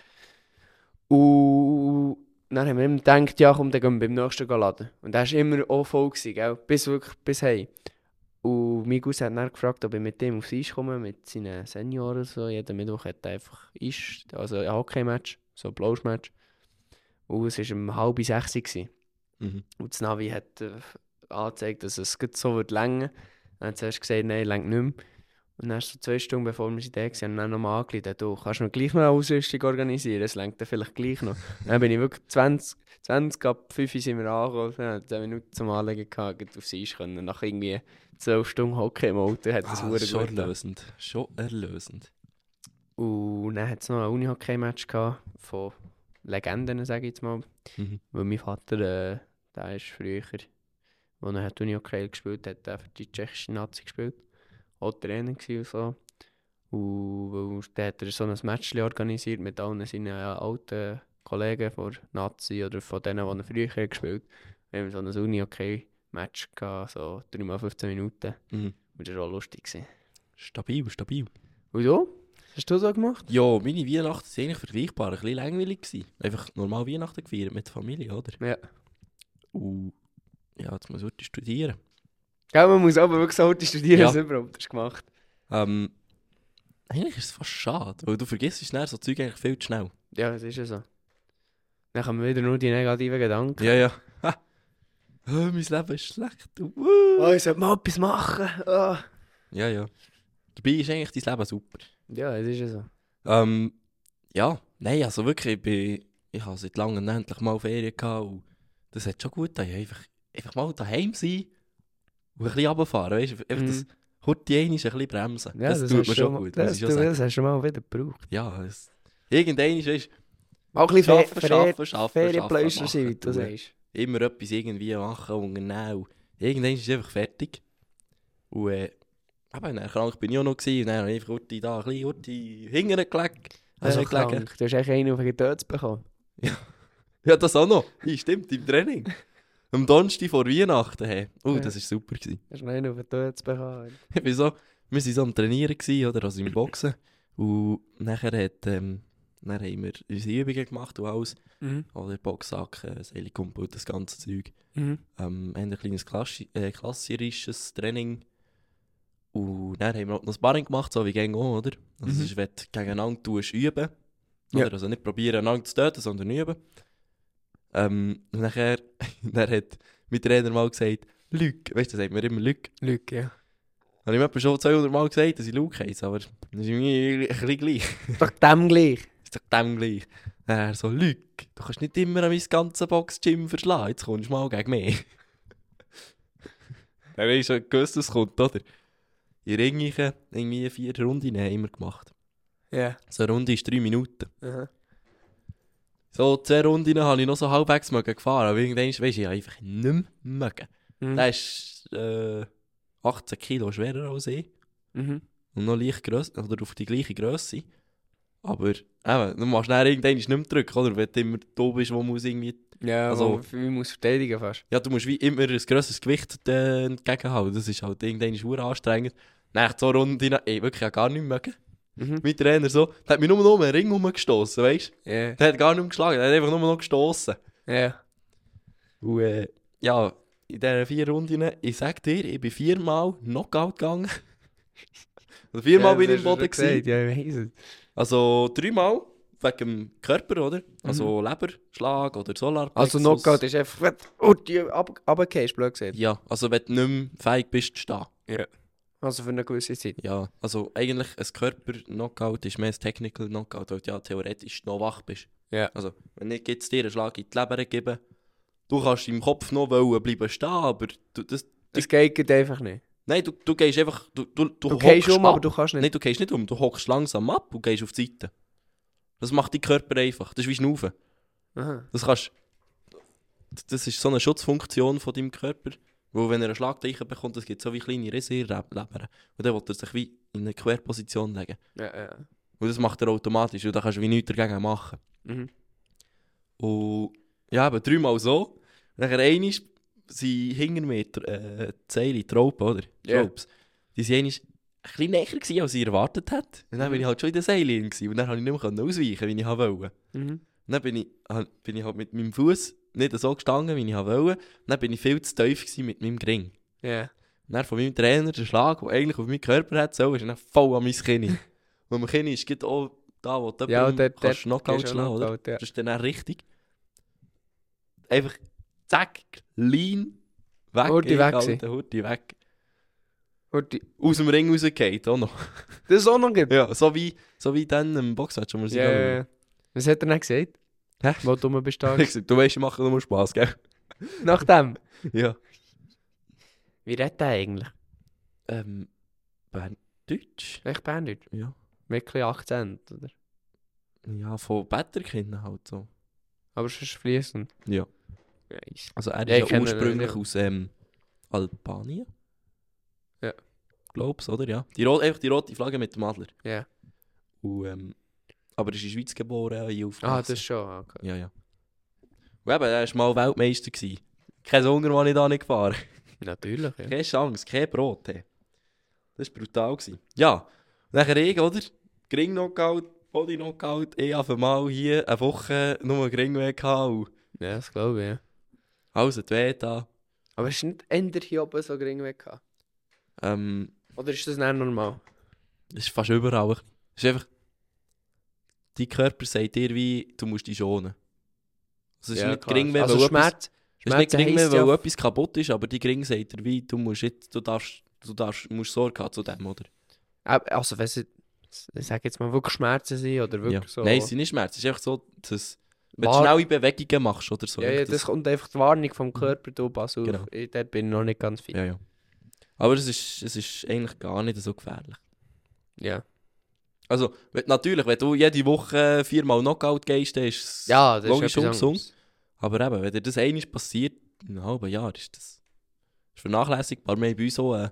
Speaker 2: Und dann haben wir immer gedacht, ja komm, dann gehen wir beim nächsten gehen laden. Und der war immer auch voll, gewesen, gell? bis wirklich, bis hey. Und Migus hat dann gefragt, ob ich mit dem aufs Eis komme, mit seinen Senioren. So. Jeden Mittwoch hat er einfach Eis, also ein Hockey-Match, so ein Blausch-Match. Und es war um halb sechs. Gewesen.
Speaker 1: Mhm.
Speaker 2: Und das Navi hat äh, angezeigt, dass es gerade so wird länger. Dann hat sie zuerst gesagt, nein, längt nicht mehr. Und dann hast du zwei Stunden bevor wir sie da waren, haben wir dann nochmal angeleitet, du kannst mir gleich noch eine Ausrüstung organisieren, es längt dann vielleicht gleich noch. dann bin ich wirklich 20, 20 ab 5 Uhr sind wir angekommen, dann hat 10 Minuten zum Anlegen gehabt, gerade aufs Eis können. Nach irgendwie 12 Stunden Hockey im Auto hat das
Speaker 1: Ah,
Speaker 2: verdammt
Speaker 1: schon
Speaker 2: gut getan.
Speaker 1: erlösend. Schon erlösend.
Speaker 2: Und dann hat es noch ein Unihockey-Match gehabt von Legenden, sage ich jetzt mal.
Speaker 1: Mhm.
Speaker 2: Weil mein Vater, äh, der ist früher, als er hat Unihockey gespielt hat, er für die tschechische Nazi gespielt. Auch Trainer gsi und so. Und weil, dann hat er so ein Match organisiert mit allen seinen äh, alten Kollegen von der Nazi oder von denen, die er früher gespielt hat. Wir haben so ein Unihockey-Match gehabt, so 3x15 Minuten.
Speaker 1: Mhm.
Speaker 2: Und das war auch lustig. Gewesen.
Speaker 1: Stabil, stabil.
Speaker 2: Und du? Was hast du so gemacht?
Speaker 1: Ja, meine Weihnachten waren eigentlich vergleichbar. Ein bisschen langweilig. Gewesen. Einfach normal Weihnachten gefeiert mit der Familie, oder?
Speaker 2: Ja.
Speaker 1: Uh. Ja, jetzt muss ich studieren.
Speaker 2: Gell, man muss aber wirklich so hart studieren,
Speaker 1: Ja.
Speaker 2: als überhaupt ist gemacht.
Speaker 1: Ähm, eigentlich ist es fast schade, weil du vergisst schnell so Zeug eigentlich viel zu schnell.
Speaker 2: Ja, das ist ja so. Dann haben wir wieder nur die negativen Gedanken.
Speaker 1: Ja, ja. Ha. Oh, mein Leben ist schlecht. Uh.
Speaker 2: Oh, ich sollte mal etwas machen. Ah.
Speaker 1: Ja, ja. Dabei ist eigentlich dein Leben super.
Speaker 2: Ja, das ist ja so.
Speaker 1: Ähm, ja, nein, also wirklich, ich, bin, ich habe seit langem endlich mal Ferien gehabt und das hat schon gut getan. Einfach, einfach mal daheim sein und ein bisschen runterfahren, weißt du? Einfach
Speaker 2: Mhm.
Speaker 1: das Hurti einmal ein bisschen bremsen.
Speaker 2: Ja,
Speaker 1: das, tut
Speaker 2: hast
Speaker 1: mir
Speaker 2: du
Speaker 1: schon
Speaker 2: mal-
Speaker 1: gut, muss
Speaker 2: Das,
Speaker 1: ich schon
Speaker 2: du-
Speaker 1: sagen.
Speaker 2: das hast du mal wieder gebraucht.
Speaker 1: Ja, es, irgendwann weißt du,
Speaker 2: Mal ein bisschen
Speaker 1: Schaffen,
Speaker 2: Fer-
Speaker 1: schaffen,
Speaker 2: Fer-
Speaker 1: schaffen,
Speaker 2: Ferienpläuscher
Speaker 1: schaffen,
Speaker 2: sein, wie
Speaker 1: machen,
Speaker 2: du
Speaker 1: tun.
Speaker 2: sagst.
Speaker 1: immer etwas irgendwie machen, unternehmen. und Irgendwann ist es einfach fertig. Und äh, eben, dann krank bin ich auch noch gewesen. Und dann habe ich einfach Hurti da, ein bisschen Hurti hingern gelegt.
Speaker 2: Also
Speaker 1: äh, gelegen.
Speaker 2: krank. Du hast echt einen auf den Tötz bekommen.
Speaker 1: Ja, das auch noch. Ja, stimmt, im Training. Am Donnerstag vor Weihnachten. Hey. Oh,
Speaker 2: Ja.
Speaker 1: das war super. Gewesen.
Speaker 2: Du hast noch einen auf den Tötz bekommen.
Speaker 1: Ich bin so, wir waren so am Trainieren, gewesen, oder? Also im Boxen. Und nachher, hat, ähm, dann haben wir unsere Übungen gemacht und alles.
Speaker 2: Mhm.
Speaker 1: Oder Boxsack, äh, Seilikumpel, das ganze Zeug.
Speaker 2: Mhm.
Speaker 1: Ähm, haben ein kleines Klassi äh, klassisches Training. Und dann haben wir auch noch ein Sparring gemacht, so wie gegen auch, oder? Also,
Speaker 2: Mhm.
Speaker 1: es ist, wenn du gegeneinander tust, üben.
Speaker 2: Ja.
Speaker 1: Oder? Also nicht probieren, einander zu töten, sondern üben. Ähm, und nachher, dann hat mein Trainer mal gesagt, Lüg. Weißt du, das sagt mir immer Lüg.
Speaker 2: Glück, ja.
Speaker 1: Habe ich mir etwa schon 200 Mal gesagt, dass ich Luke heiße, aber das ist mir ein bisschen gleich.
Speaker 2: Doch dem gleich.
Speaker 1: Ist doch dem gleich. Dann er so, Lüg, du kannst nicht immer an mein ganzes Box-Gym verschlagen, jetzt kommst du mal gegen mich. Dann habe ich schon gewusst, was kommt, oder? In Ringichen, irgendwie vier Runden haben wir immer gemacht.
Speaker 2: Ja.
Speaker 1: So eine Runde ist drei Minuten.
Speaker 2: Aha.
Speaker 1: So zwei Runden habe ich noch so halbwegs mögen gefahren, aber irgendwann, weisst du, ich habe einfach nicht mehr mögen.
Speaker 2: Mhm.
Speaker 1: Der ist äh, 18 Kilo schwerer als ich.
Speaker 2: Mhm.
Speaker 1: Und noch leicht grösser, oder auf die gleiche Größe. Aber eben, du machst dann irgendwann nicht mehr drücken, oder? Wenn du immer da bist, wo muss irgendwie...
Speaker 2: Ja,
Speaker 1: Also-
Speaker 2: also, man muss verteidigen fast.
Speaker 1: Ja, du musst wie immer ein grösseres Gewicht äh, entgegenhalten. Das ist halt irgendwann schwer anstrengend. Nach so Runden, ey, wirklich ich hab gar nicht mehr mögen.
Speaker 2: Mhm.
Speaker 1: Mein Trainer so, der hat mich nur noch um den Ring rumgestossen, weißt du?
Speaker 2: Ja.
Speaker 1: Der hat gar nicht mehr geschlagen, der hat einfach nur noch gestossen.
Speaker 2: Ja.
Speaker 1: Und äh, ja, in diesen vier Runden, ich sag dir, ich bin viermal Knockout gegangen. Also viermal
Speaker 2: Ja,
Speaker 1: bin
Speaker 2: das
Speaker 1: ich im
Speaker 2: hast du
Speaker 1: Boden
Speaker 2: schon gesagt.
Speaker 1: gewesen.
Speaker 2: Ja, ich weiss es.
Speaker 1: Also dreimal wegen dem Körper, oder? Also Leberschlag oder Solarplexus.
Speaker 2: Mhm. Also Knockout ist einfach... Oh, die ab- runtergefallen, blöd gesagt.
Speaker 1: Ja, also wenn du nicht mehr fähig bist zu stehen.
Speaker 2: Also für eine gewisse Zeit.
Speaker 1: Ja, also eigentlich ein Körper-Knockout ist mehr ein Technical-Knockout, weil du ja theoretisch noch wach bist.
Speaker 2: Ja.
Speaker 1: Also, wenn ich jetzt dir einen Schlag in die Leber gebe, du kannst im Kopf noch wollen bleiben stehen, aber du, das,
Speaker 2: Es geht geht einfach nicht.
Speaker 1: nein, du, du gehst einfach, du, du, du,
Speaker 2: Du gehst
Speaker 1: hockst
Speaker 2: um, aber
Speaker 1: ab.
Speaker 2: du kannst
Speaker 1: Nein,
Speaker 2: nicht.
Speaker 1: du gehst nicht um, du hockst langsam ab und gehst auf die Seite. Das macht dein Körper einfach, das ist wie Schnaufen.
Speaker 2: Aha.
Speaker 1: Das kannst. Das ist so eine Schutzfunktion von deinem Körper. Wo wenn er einen Schlag dagegen bekommt, es gibt so wie kleine Reservelebern. Und dann will er sich wie in eine Querposition legen.
Speaker 2: Ja, ja.
Speaker 1: Und das macht er automatisch. Und da kannst du wie nichts dagegen machen.
Speaker 2: Mhm.
Speaker 1: Und ja, eben dreimal so. Nachher einmal sind hinter mir die, äh, die Seile, Tropen, oder?
Speaker 2: Ja.
Speaker 1: Tropes. Die waren einmal ein bisschen näher, gewesen, als ich erwartet hätte. Und dann
Speaker 2: Mhm.
Speaker 1: bin ich halt schon in der Seile. drin gewesen. Und dann konnte ich nicht mehr ausweichen, wie ich wollte.
Speaker 2: Mhm.
Speaker 1: Und Dann bin ich, ha- bin ich halt mit meinem Fuß nicht so gestanden, wie ich wollte. Und Dann bin ich viel zu tief gewesen mit meinem Gring.
Speaker 2: Ja.
Speaker 1: Und Dann von meinem Trainer der Schlag, der eigentlich auf meinen Körper hat, so, ist dann voll an mein Kinn. Und mein Kinn ist gerade auch da, wo du
Speaker 2: Ja,
Speaker 1: jemandem
Speaker 2: dort-
Speaker 1: kannst
Speaker 2: dort
Speaker 1: Knockout
Speaker 2: gehst du
Speaker 1: schlagen, oder?
Speaker 2: Knockout, ja.
Speaker 1: Das ist dann auch richtig. Einfach zack, lean, weg.
Speaker 2: Hurti weg
Speaker 1: eingehalten, Hurti weg.
Speaker 2: Und die-
Speaker 1: Aus dem Ring rausgefallen, auch noch.
Speaker 2: Das ist auch noch gibt.
Speaker 1: Ja, so wie, so wie dann im Boxmatch, wo wir
Speaker 2: Ja, ja, ja. Was hat er dann gesagt?
Speaker 1: Hä?
Speaker 2: Wo du dumm bist da.
Speaker 1: Ich sag, Du weißt, ich mache nur Spass, gell?
Speaker 2: Nach dem.
Speaker 1: Ja.
Speaker 2: Wie redet der eigentlich?
Speaker 1: Ähm, Berndeutsch?
Speaker 2: Ich bin nicht.
Speaker 1: Ja.
Speaker 2: Wirklich Akzent, oder?
Speaker 1: Ja, von Bätterkindern halt so.
Speaker 2: Aber es ist fließend.
Speaker 1: Ja.
Speaker 2: Ja, ist-
Speaker 1: Also er
Speaker 2: Ja, ich
Speaker 1: ist ja,
Speaker 2: kenne-
Speaker 1: ursprünglich
Speaker 2: ja.
Speaker 1: aus ähm, Albanien.
Speaker 2: Ja.
Speaker 1: Glaub's, oder? Ja. Die rote, einfach die rote Flagge mit dem Adler.
Speaker 2: Ja.
Speaker 1: Und, ähm, aber er ist in der Schweiz geboren, hier
Speaker 2: Ah,
Speaker 1: aufgewachsen.
Speaker 2: das ist schon. Okay.
Speaker 1: Ja, ja. Und eben, er war mal Weltmeister. Gewesen. Kein Hunger, wenn ich da nicht gefahren.
Speaker 2: Natürlich, ja.
Speaker 1: Keine Chance, kein Brot. Hey. Das war brutal. Gewesen. Ja, nachher ich, oder? Gring Knockout, Body Knockout. Ich habe mal hier eine Woche nur Gring weg. und
Speaker 2: Ja, das glaube ich, ja.
Speaker 1: Alles hat weh da.
Speaker 2: Aber ist nicht änder hier oben so gering weg? gehabt?
Speaker 1: Ähm,
Speaker 2: Oder ist das nicht normal?
Speaker 1: das ist fast überall. ein bisschen. Es ist einfach. Dein Körper sagt dir, wie du musst dich schonen. Also es ist
Speaker 2: ja,
Speaker 1: nicht
Speaker 2: klar.
Speaker 1: Gring mehr,
Speaker 2: also
Speaker 1: weil, etwas,
Speaker 2: Schmerz.
Speaker 1: es ist nicht
Speaker 2: Schmerzen
Speaker 1: gering mehr,
Speaker 2: heisst ja-
Speaker 1: weil etwas kaputt ist, aber die Gring sagt dir, wie du musst jetzt, du darfst, du darfst, musst Sorge haben zu dem, oder?
Speaker 2: Äh, Also, wenn sie. ich sage jetzt mal, wirklich Schmerzen sind oder wirklich
Speaker 1: Ja.
Speaker 2: so.
Speaker 1: Nein, es sind nicht Schmerzen. Es ist einfach so, dass wenn du
Speaker 2: War-
Speaker 1: schnelle Bewegungen machst oder so.
Speaker 2: ja, ja,
Speaker 1: einfach
Speaker 2: das, kommt einfach die Warnung vom Körper, du, pass auf,
Speaker 1: Genau.
Speaker 2: ich, dort bin ich noch nicht ganz fit.
Speaker 1: ja, ja. Aber es ist, es ist eigentlich gar nicht so gefährlich.
Speaker 2: Ja,
Speaker 1: Also, wenn, natürlich, wenn du jede Woche viermal Knockout gehst, dann ist es
Speaker 2: ja das
Speaker 1: logisch
Speaker 2: ist etwas
Speaker 1: ungesund. Aber
Speaker 2: anderes.
Speaker 1: eben, wenn dir das einmal passiert, in einem halben Jahr, ist das ist vernachlässigbar. Wir haben bei uns so einen,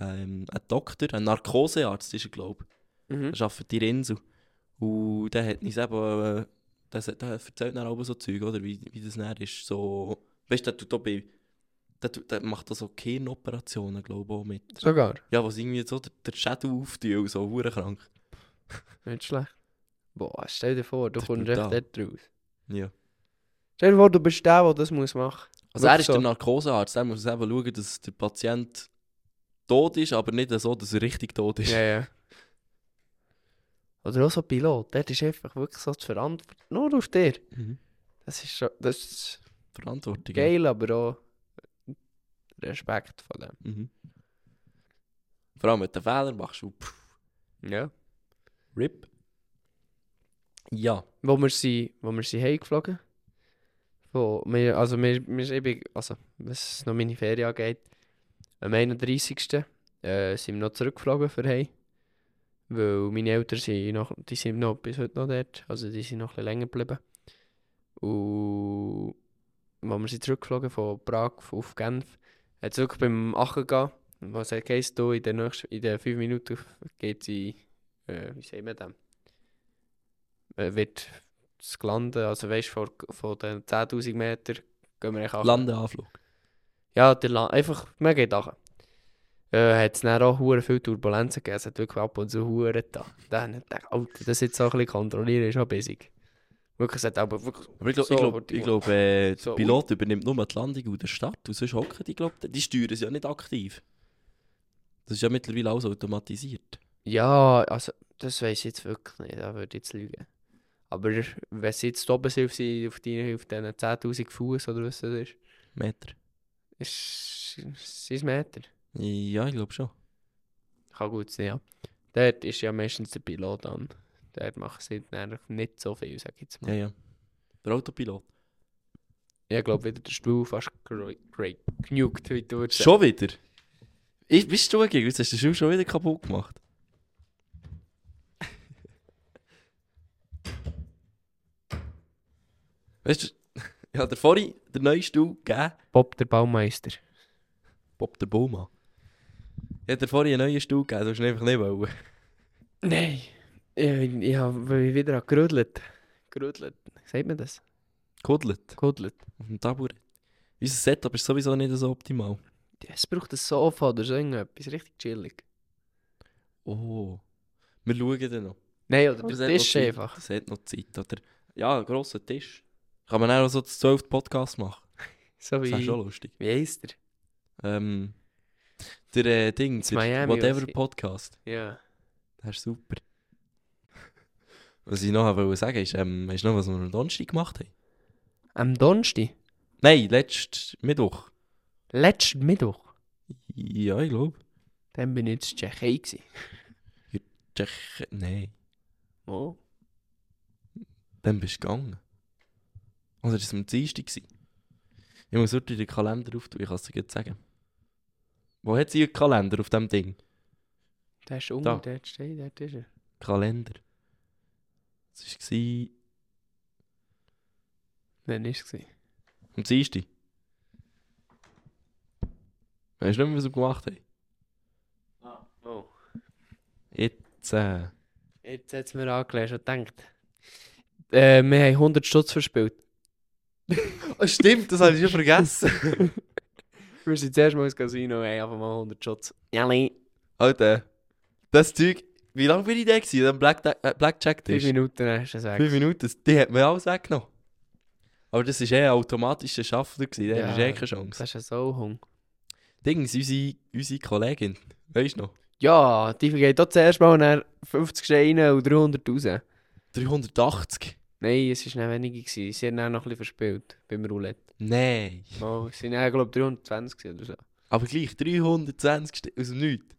Speaker 1: ähm, einen Doktor, einen Narkosearzt, ist er, glaube
Speaker 2: Mhm.
Speaker 1: ich. Er arbeitet in der Insel. Und der hat uns eben, äh, der, sagt- der erzählt dann auch so Zeug, oder? Wie, wie das dann ist. So, weißt du, der tut auch bei. Der, tut- der macht da so Kernoperationen, glaube ich, auch mit.
Speaker 2: Sogar,
Speaker 1: Ja, was irgendwie so der, der Schädel auftut, so hurenkrank.
Speaker 2: nicht schlecht. Boah, stell dir vor, du
Speaker 1: Das ist
Speaker 2: kommst echt
Speaker 1: brutal.
Speaker 2: dort raus.
Speaker 1: Ja.
Speaker 2: Stell dir vor, du bist der, der das muss machen
Speaker 1: Also er
Speaker 2: Wirklich
Speaker 1: ist
Speaker 2: so.
Speaker 1: der Narkosearzt, er muss eben schauen, dass der Patient tot ist, aber nicht so, dass er richtig tot ist.
Speaker 2: Ja, ja. Oder auch so Pilot, dort ist einfach wirklich so die Verantwortung, nur auf dir.
Speaker 1: Mhm.
Speaker 2: Das ist, schon, das ist
Speaker 1: Verantwortung.
Speaker 2: geil, aber auch Respekt von dem.
Speaker 1: Mhm. Vor allem, wenn du einen Fehler machst, und pff,
Speaker 2: Ja.
Speaker 1: RIP. Ja.
Speaker 2: Wo wir sie, wo wir sie heimgeflogen wo wir, also wir, wir eben, also was noch meine Ferien angeht, am 31. Äh, sind wir noch zurückgeflogen für heim, weil meine Eltern sind noch, die sind noch bis heute noch dort, also die sind noch ein bisschen länger geblieben. Und wo wir sind zurückgeflogen von Prag auf Genf, hat es wirklich beim Achen gegeben, was hat heisst, du in den nächsten, in den 5 Minuten geht sie, äh, wie sehen wir dem? äh, wird das Gelände, also weißt du, von, von den 10.000 Metern gehen wir eigentlich runter.
Speaker 1: Landeanflug.
Speaker 2: Ja, der Land, einfach, man geht nach. Äh, hat es dann auch hure viel Turbulenzen gegeben, es hat wirklich ab und zu hure da. Dann hat ich gedacht, Alter, das jetzt so ein bisschen kontrollieren ist schon bissig. Wirklich, es hat aber wirklich...
Speaker 1: Aber ich glaube,
Speaker 2: so
Speaker 1: ich glaub,
Speaker 2: hart
Speaker 1: ich glaub, äh, der
Speaker 2: So, ui.
Speaker 1: Pilot übernimmt nur die Landung und der Start und sonst hocken die, glaube Die steuern es ja nicht aktiv. Das ist ja mittlerweile alles automatisiert.
Speaker 2: Ja, also, das weiß ich jetzt wirklich nicht, da würde ich jetzt lügen. Aber wenn sie jetzt oben sind, auf die- auf die- auf diesen 10.000 Fuß oder was das ist,
Speaker 1: Meter.
Speaker 2: ist es ist Meter.
Speaker 1: Ja, ich glaube schon.
Speaker 2: Kann gut sein, ja. Dort ist ja meistens der Pilot an. Dort machen sie dann nicht so viel, sag ich jetzt mal.
Speaker 1: Ja, ja. Der Autopilot.
Speaker 2: Ich glaube, wieder der Stuhl fast gre- gre- genugt, wie du würdest
Speaker 1: Schon wieder? Ich, bist du dagegen? Jetzt hast du den Schuh schon wieder kaputt gemacht. Weißt du, ich habe dir vorhin den neuen Stuhl gegeben.
Speaker 2: sagen. Bob der Baumeister.
Speaker 1: Bob der Baumann. Ich habe dir vorhin einen neuen Stuhl gegeben, du hast ihn einfach nicht wollen.
Speaker 2: Nein, ich, ich habe wieder gerödelt. Gerödelt. Sagt man das?
Speaker 1: Kuddelt.
Speaker 2: Gerödelt.
Speaker 1: Auf dem Tabur. Unser Setup ist sowieso nicht so optimal.
Speaker 2: Es braucht ein Sofa dus oder so irgendetwas, richtig chillig.
Speaker 1: Oh. Wir schauen dann noch.
Speaker 2: Nein, oder
Speaker 1: Aber es
Speaker 2: der
Speaker 1: hat noch
Speaker 2: Tisch
Speaker 1: Zeit.
Speaker 2: einfach.
Speaker 1: Es hat noch Zeit. Oder? Ja, einen grossen Tisch. Kann man dann auch so das 12. Podcast machen.
Speaker 2: So
Speaker 1: Das ist
Speaker 2: wie...
Speaker 1: schon lustig.
Speaker 2: Wie heisst der?
Speaker 1: Ähm, der äh, Ding, der
Speaker 2: Miami,
Speaker 1: Whatever
Speaker 2: was ich-
Speaker 1: Podcast.
Speaker 2: Ja.
Speaker 1: Das ist super. Was ich noch wollte sagen, ist, ähm, ist noch, was wir am Donnerstag gemacht haben.
Speaker 2: Am Donnerstag?
Speaker 1: Nein, letzten Mittwoch.
Speaker 2: Letzten Mittwoch?
Speaker 1: Ja, ich glaube.
Speaker 2: Dann bin ich in Tschechei gewesen.
Speaker 1: Tschech. Nein,
Speaker 2: Oh.
Speaker 1: dann bist du gegangen. Oder ist es am Dienstag? gewesen? Ich muss heute den Kalender auftun, ich kann es dir jetzt sagen. Wo hat sie einen Kalender auf dem Ding?
Speaker 2: Der ist unten,
Speaker 1: Da.
Speaker 2: dort steht, dort ist er.
Speaker 1: Kalender. Es war
Speaker 2: Wann war es?
Speaker 1: am Dienstag. Weißt du nicht mehr, was wir gemacht haben?
Speaker 2: Oh.
Speaker 1: Jetzt, äh,
Speaker 2: Jetzt hat es mir angelesen und gedacht. Äh, wir haben 100 Stutz verspielt.
Speaker 1: Oh, stimmt, das habe ich schon vergessen.
Speaker 2: Wir sind zuerst mal ins Casino und haben einfach mal 100 Stutz. Jali.
Speaker 1: Alter, Halt, äh, das Zeug, wie lange bin ich da gewesen? Am Black äh,
Speaker 2: 5
Speaker 1: Blackjack-Tisch?
Speaker 2: Minuten hast du gesagt.
Speaker 1: Fünf Minuten, dus die hat mir alles weggenommen. Aber das war eh automatisch ein Schaffner, gewesen, da
Speaker 2: Ja.
Speaker 1: hast du eh keine Chance.
Speaker 2: Das ist ja so hung.
Speaker 1: Dings, unsere, unsere Kollegin, weißt du noch?
Speaker 2: Ja, die vergeht auch zuerst mal und dann 50 Steine und 300 raus.
Speaker 1: 380?
Speaker 2: Nein, es waren nicht wenige. Gewesen. Sie haben dann noch ein bisschen verspielt beim Roulette.
Speaker 1: Nein.
Speaker 2: Oh, es waren dann, glaube ich, dus, eh, 320 gewesen oder so.
Speaker 1: Aber gleich 320 Ste- aus dem Nichts.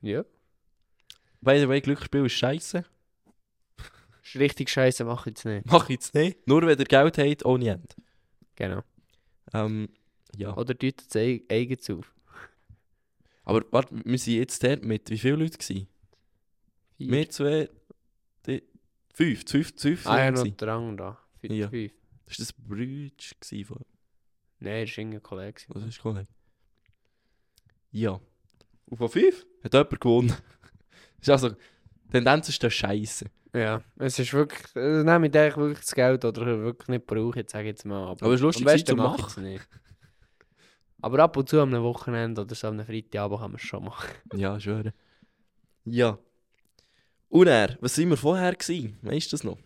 Speaker 2: Ja.
Speaker 1: by the way, Glücksspiel ist scheiße.
Speaker 2: Ist richtig scheiße, mach ich jetzt nicht.
Speaker 1: Mach ich jetzt nicht. Nur wenn ihr Geld habt, ohne Ende.
Speaker 2: Genau.
Speaker 1: Ähm, ja.
Speaker 2: Oder deutet es eig- eigens auf.
Speaker 1: Aber warte, wir sind jetzt dort mit wie viele Leute gewesen?
Speaker 2: Vier.
Speaker 1: Wir zwei, die, fünf, fünf, fünf
Speaker 2: Ah, ja,
Speaker 1: waren
Speaker 2: noch
Speaker 1: gewesen.
Speaker 2: dran da. Für
Speaker 1: Ja.
Speaker 2: fünf.
Speaker 1: Ist das Brütsch gewesen von
Speaker 2: Nein, das war irgendein Kollege. gewesen.
Speaker 1: Das ist cool. Ja. Und von fünf hat jemand gewonnen. ist also, die Tendenz ist der Scheiße.
Speaker 2: Ja, es ist wirklich, äh, nehme ich eigentlich wirklich das Geld oder wirklich nicht brauche, jetzt sage ich jetzt mal.
Speaker 1: Aber es ist lustig,
Speaker 2: am
Speaker 1: sie zu
Speaker 2: besten mache ich es
Speaker 1: machen.
Speaker 2: nicht. Aber ab und zu am Wochenende oder so am Freitagabend kann man es schon machen.
Speaker 1: Ja, ich schwöre. Ja. Und er, was sind wir vorher gewesen? Weißt du das noch?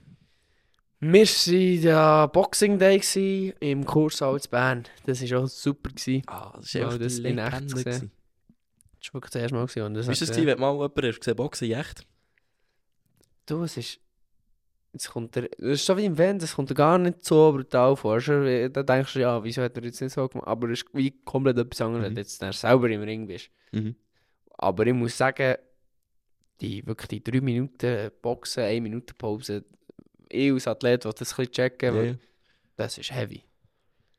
Speaker 2: Wir waren ja Boxing Day gewesen, im Kurssaal zu Bern. Das war auch super. Gewesen.
Speaker 1: Ah, das ist
Speaker 2: Ja,
Speaker 1: einfach die
Speaker 2: das in echt
Speaker 1: Legende.
Speaker 2: gesehen.
Speaker 1: gewesen.
Speaker 2: Das war wirklich das erste Mal. Gewesen, und das
Speaker 1: Weißt du,
Speaker 2: hat,
Speaker 1: das
Speaker 2: äh,
Speaker 1: gewesen, wenn du mal jemand hast gesehen, Boxen in echt?
Speaker 2: Du, es ist. Jetzt kommt der. Es ist so wie im Wind, es kommt dir gar nicht so brutal vor. Es ist ja wie- Da denkst du, ja, wieso hat er jetzt nicht so gemacht? Aber es ist wie komplett etwas anderes, wenn
Speaker 1: Mhm.
Speaker 2: du jetzt dann selber im Ring bist.
Speaker 1: Mhm.
Speaker 2: Aber ich muss sagen, die wirklich die 3 Minuten Boxen, 1 Minute Pause, ich als Athlet, will das ein bisschen checken,
Speaker 1: Ja,
Speaker 2: weil
Speaker 1: ja.
Speaker 2: das ist heavy.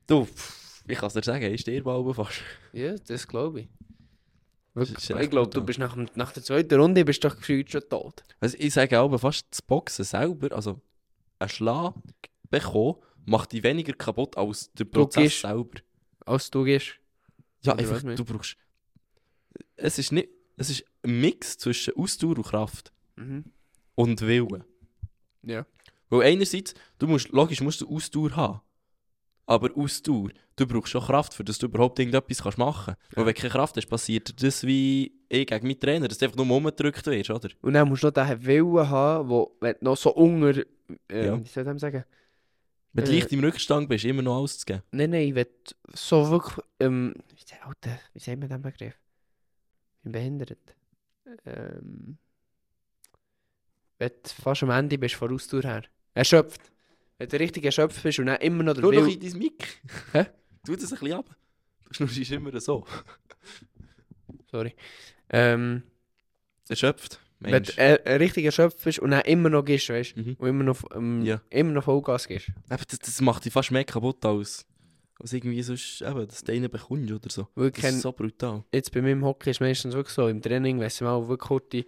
Speaker 1: Du, pff, ich kann es dir sagen, ich stehe mal fast.
Speaker 2: Ja, das glaube ich.
Speaker 1: Das ist
Speaker 2: Wirklich,
Speaker 1: echt
Speaker 2: ich glaube, du
Speaker 1: brutal.
Speaker 2: bist nach, dem- nach der zweiten Runde bist du doch gefühlt schon tot.
Speaker 1: Also ich sage auch fast das Boxen selber, also ein Schlag bekommen, macht dich weniger kaputt als der Prozess
Speaker 2: gehst-
Speaker 1: selber.
Speaker 2: Als du gehst.
Speaker 1: Ja,
Speaker 2: Oder
Speaker 1: einfach,
Speaker 2: was meinst
Speaker 1: du brauchst. Es ist nicht. Es ist ein Mix zwischen Ausdauer und Kraft
Speaker 2: Mhm.
Speaker 1: und Willen.
Speaker 2: Ja.
Speaker 1: Weil einerseits, du musst, logisch musst du Ausdauer haben. Aber Ausdauer, du brauchst schon Kraft, für dass du überhaupt irgendetwas kannst machen kannst. Weil wenn keine Kraft hast, passiert dir das wie ich gegen meinen Trainer, dass du einfach nur rumgedrückt wirst, oder?
Speaker 2: Und dann musst du noch diesen Willen haben, wo, wenn du noch so unter. Ähm,
Speaker 1: Ja.
Speaker 2: Wie soll ich dem sagen?
Speaker 1: Wenn du
Speaker 2: Äh.
Speaker 1: leicht im Rückstand bist, immer noch alles zu geben.
Speaker 2: Nein, nein, wenn du so wirklich. Ähm, wie, sagt- Alter, wie sagt man den Begriff? Im Behindert. Ähm, wenn du fast am Ende bist, von Ausdauer her. Erschöpft. Wenn du richtig erschöpft bist und dann immer noch der
Speaker 1: Tu doch
Speaker 2: Will.
Speaker 1: in dein Mic.
Speaker 2: Hä?
Speaker 1: Tu das ein bisschen ab. Du schnurrst immer so.
Speaker 2: Sorry. Ähm,
Speaker 1: Erschöpft,
Speaker 2: wenn du
Speaker 1: Mensch.
Speaker 2: äh, äh, richtig erschöpft bist und dann immer noch gehst, weißt du?
Speaker 1: Mhm.
Speaker 2: Und immer noch, ähm,
Speaker 1: Ja.
Speaker 2: immer noch Vollgas gehst.
Speaker 1: Eben, das, das macht dich fast mehr kaputt als, als irgendwie sonst, eben, dass du einen bekommst oder so.
Speaker 2: Weil ich
Speaker 1: Das
Speaker 2: kenn-
Speaker 1: ist so brutal.
Speaker 2: jetzt bei mir im Hockey ist es meistens wirklich so, im Training, wenn es mal wirklich kurze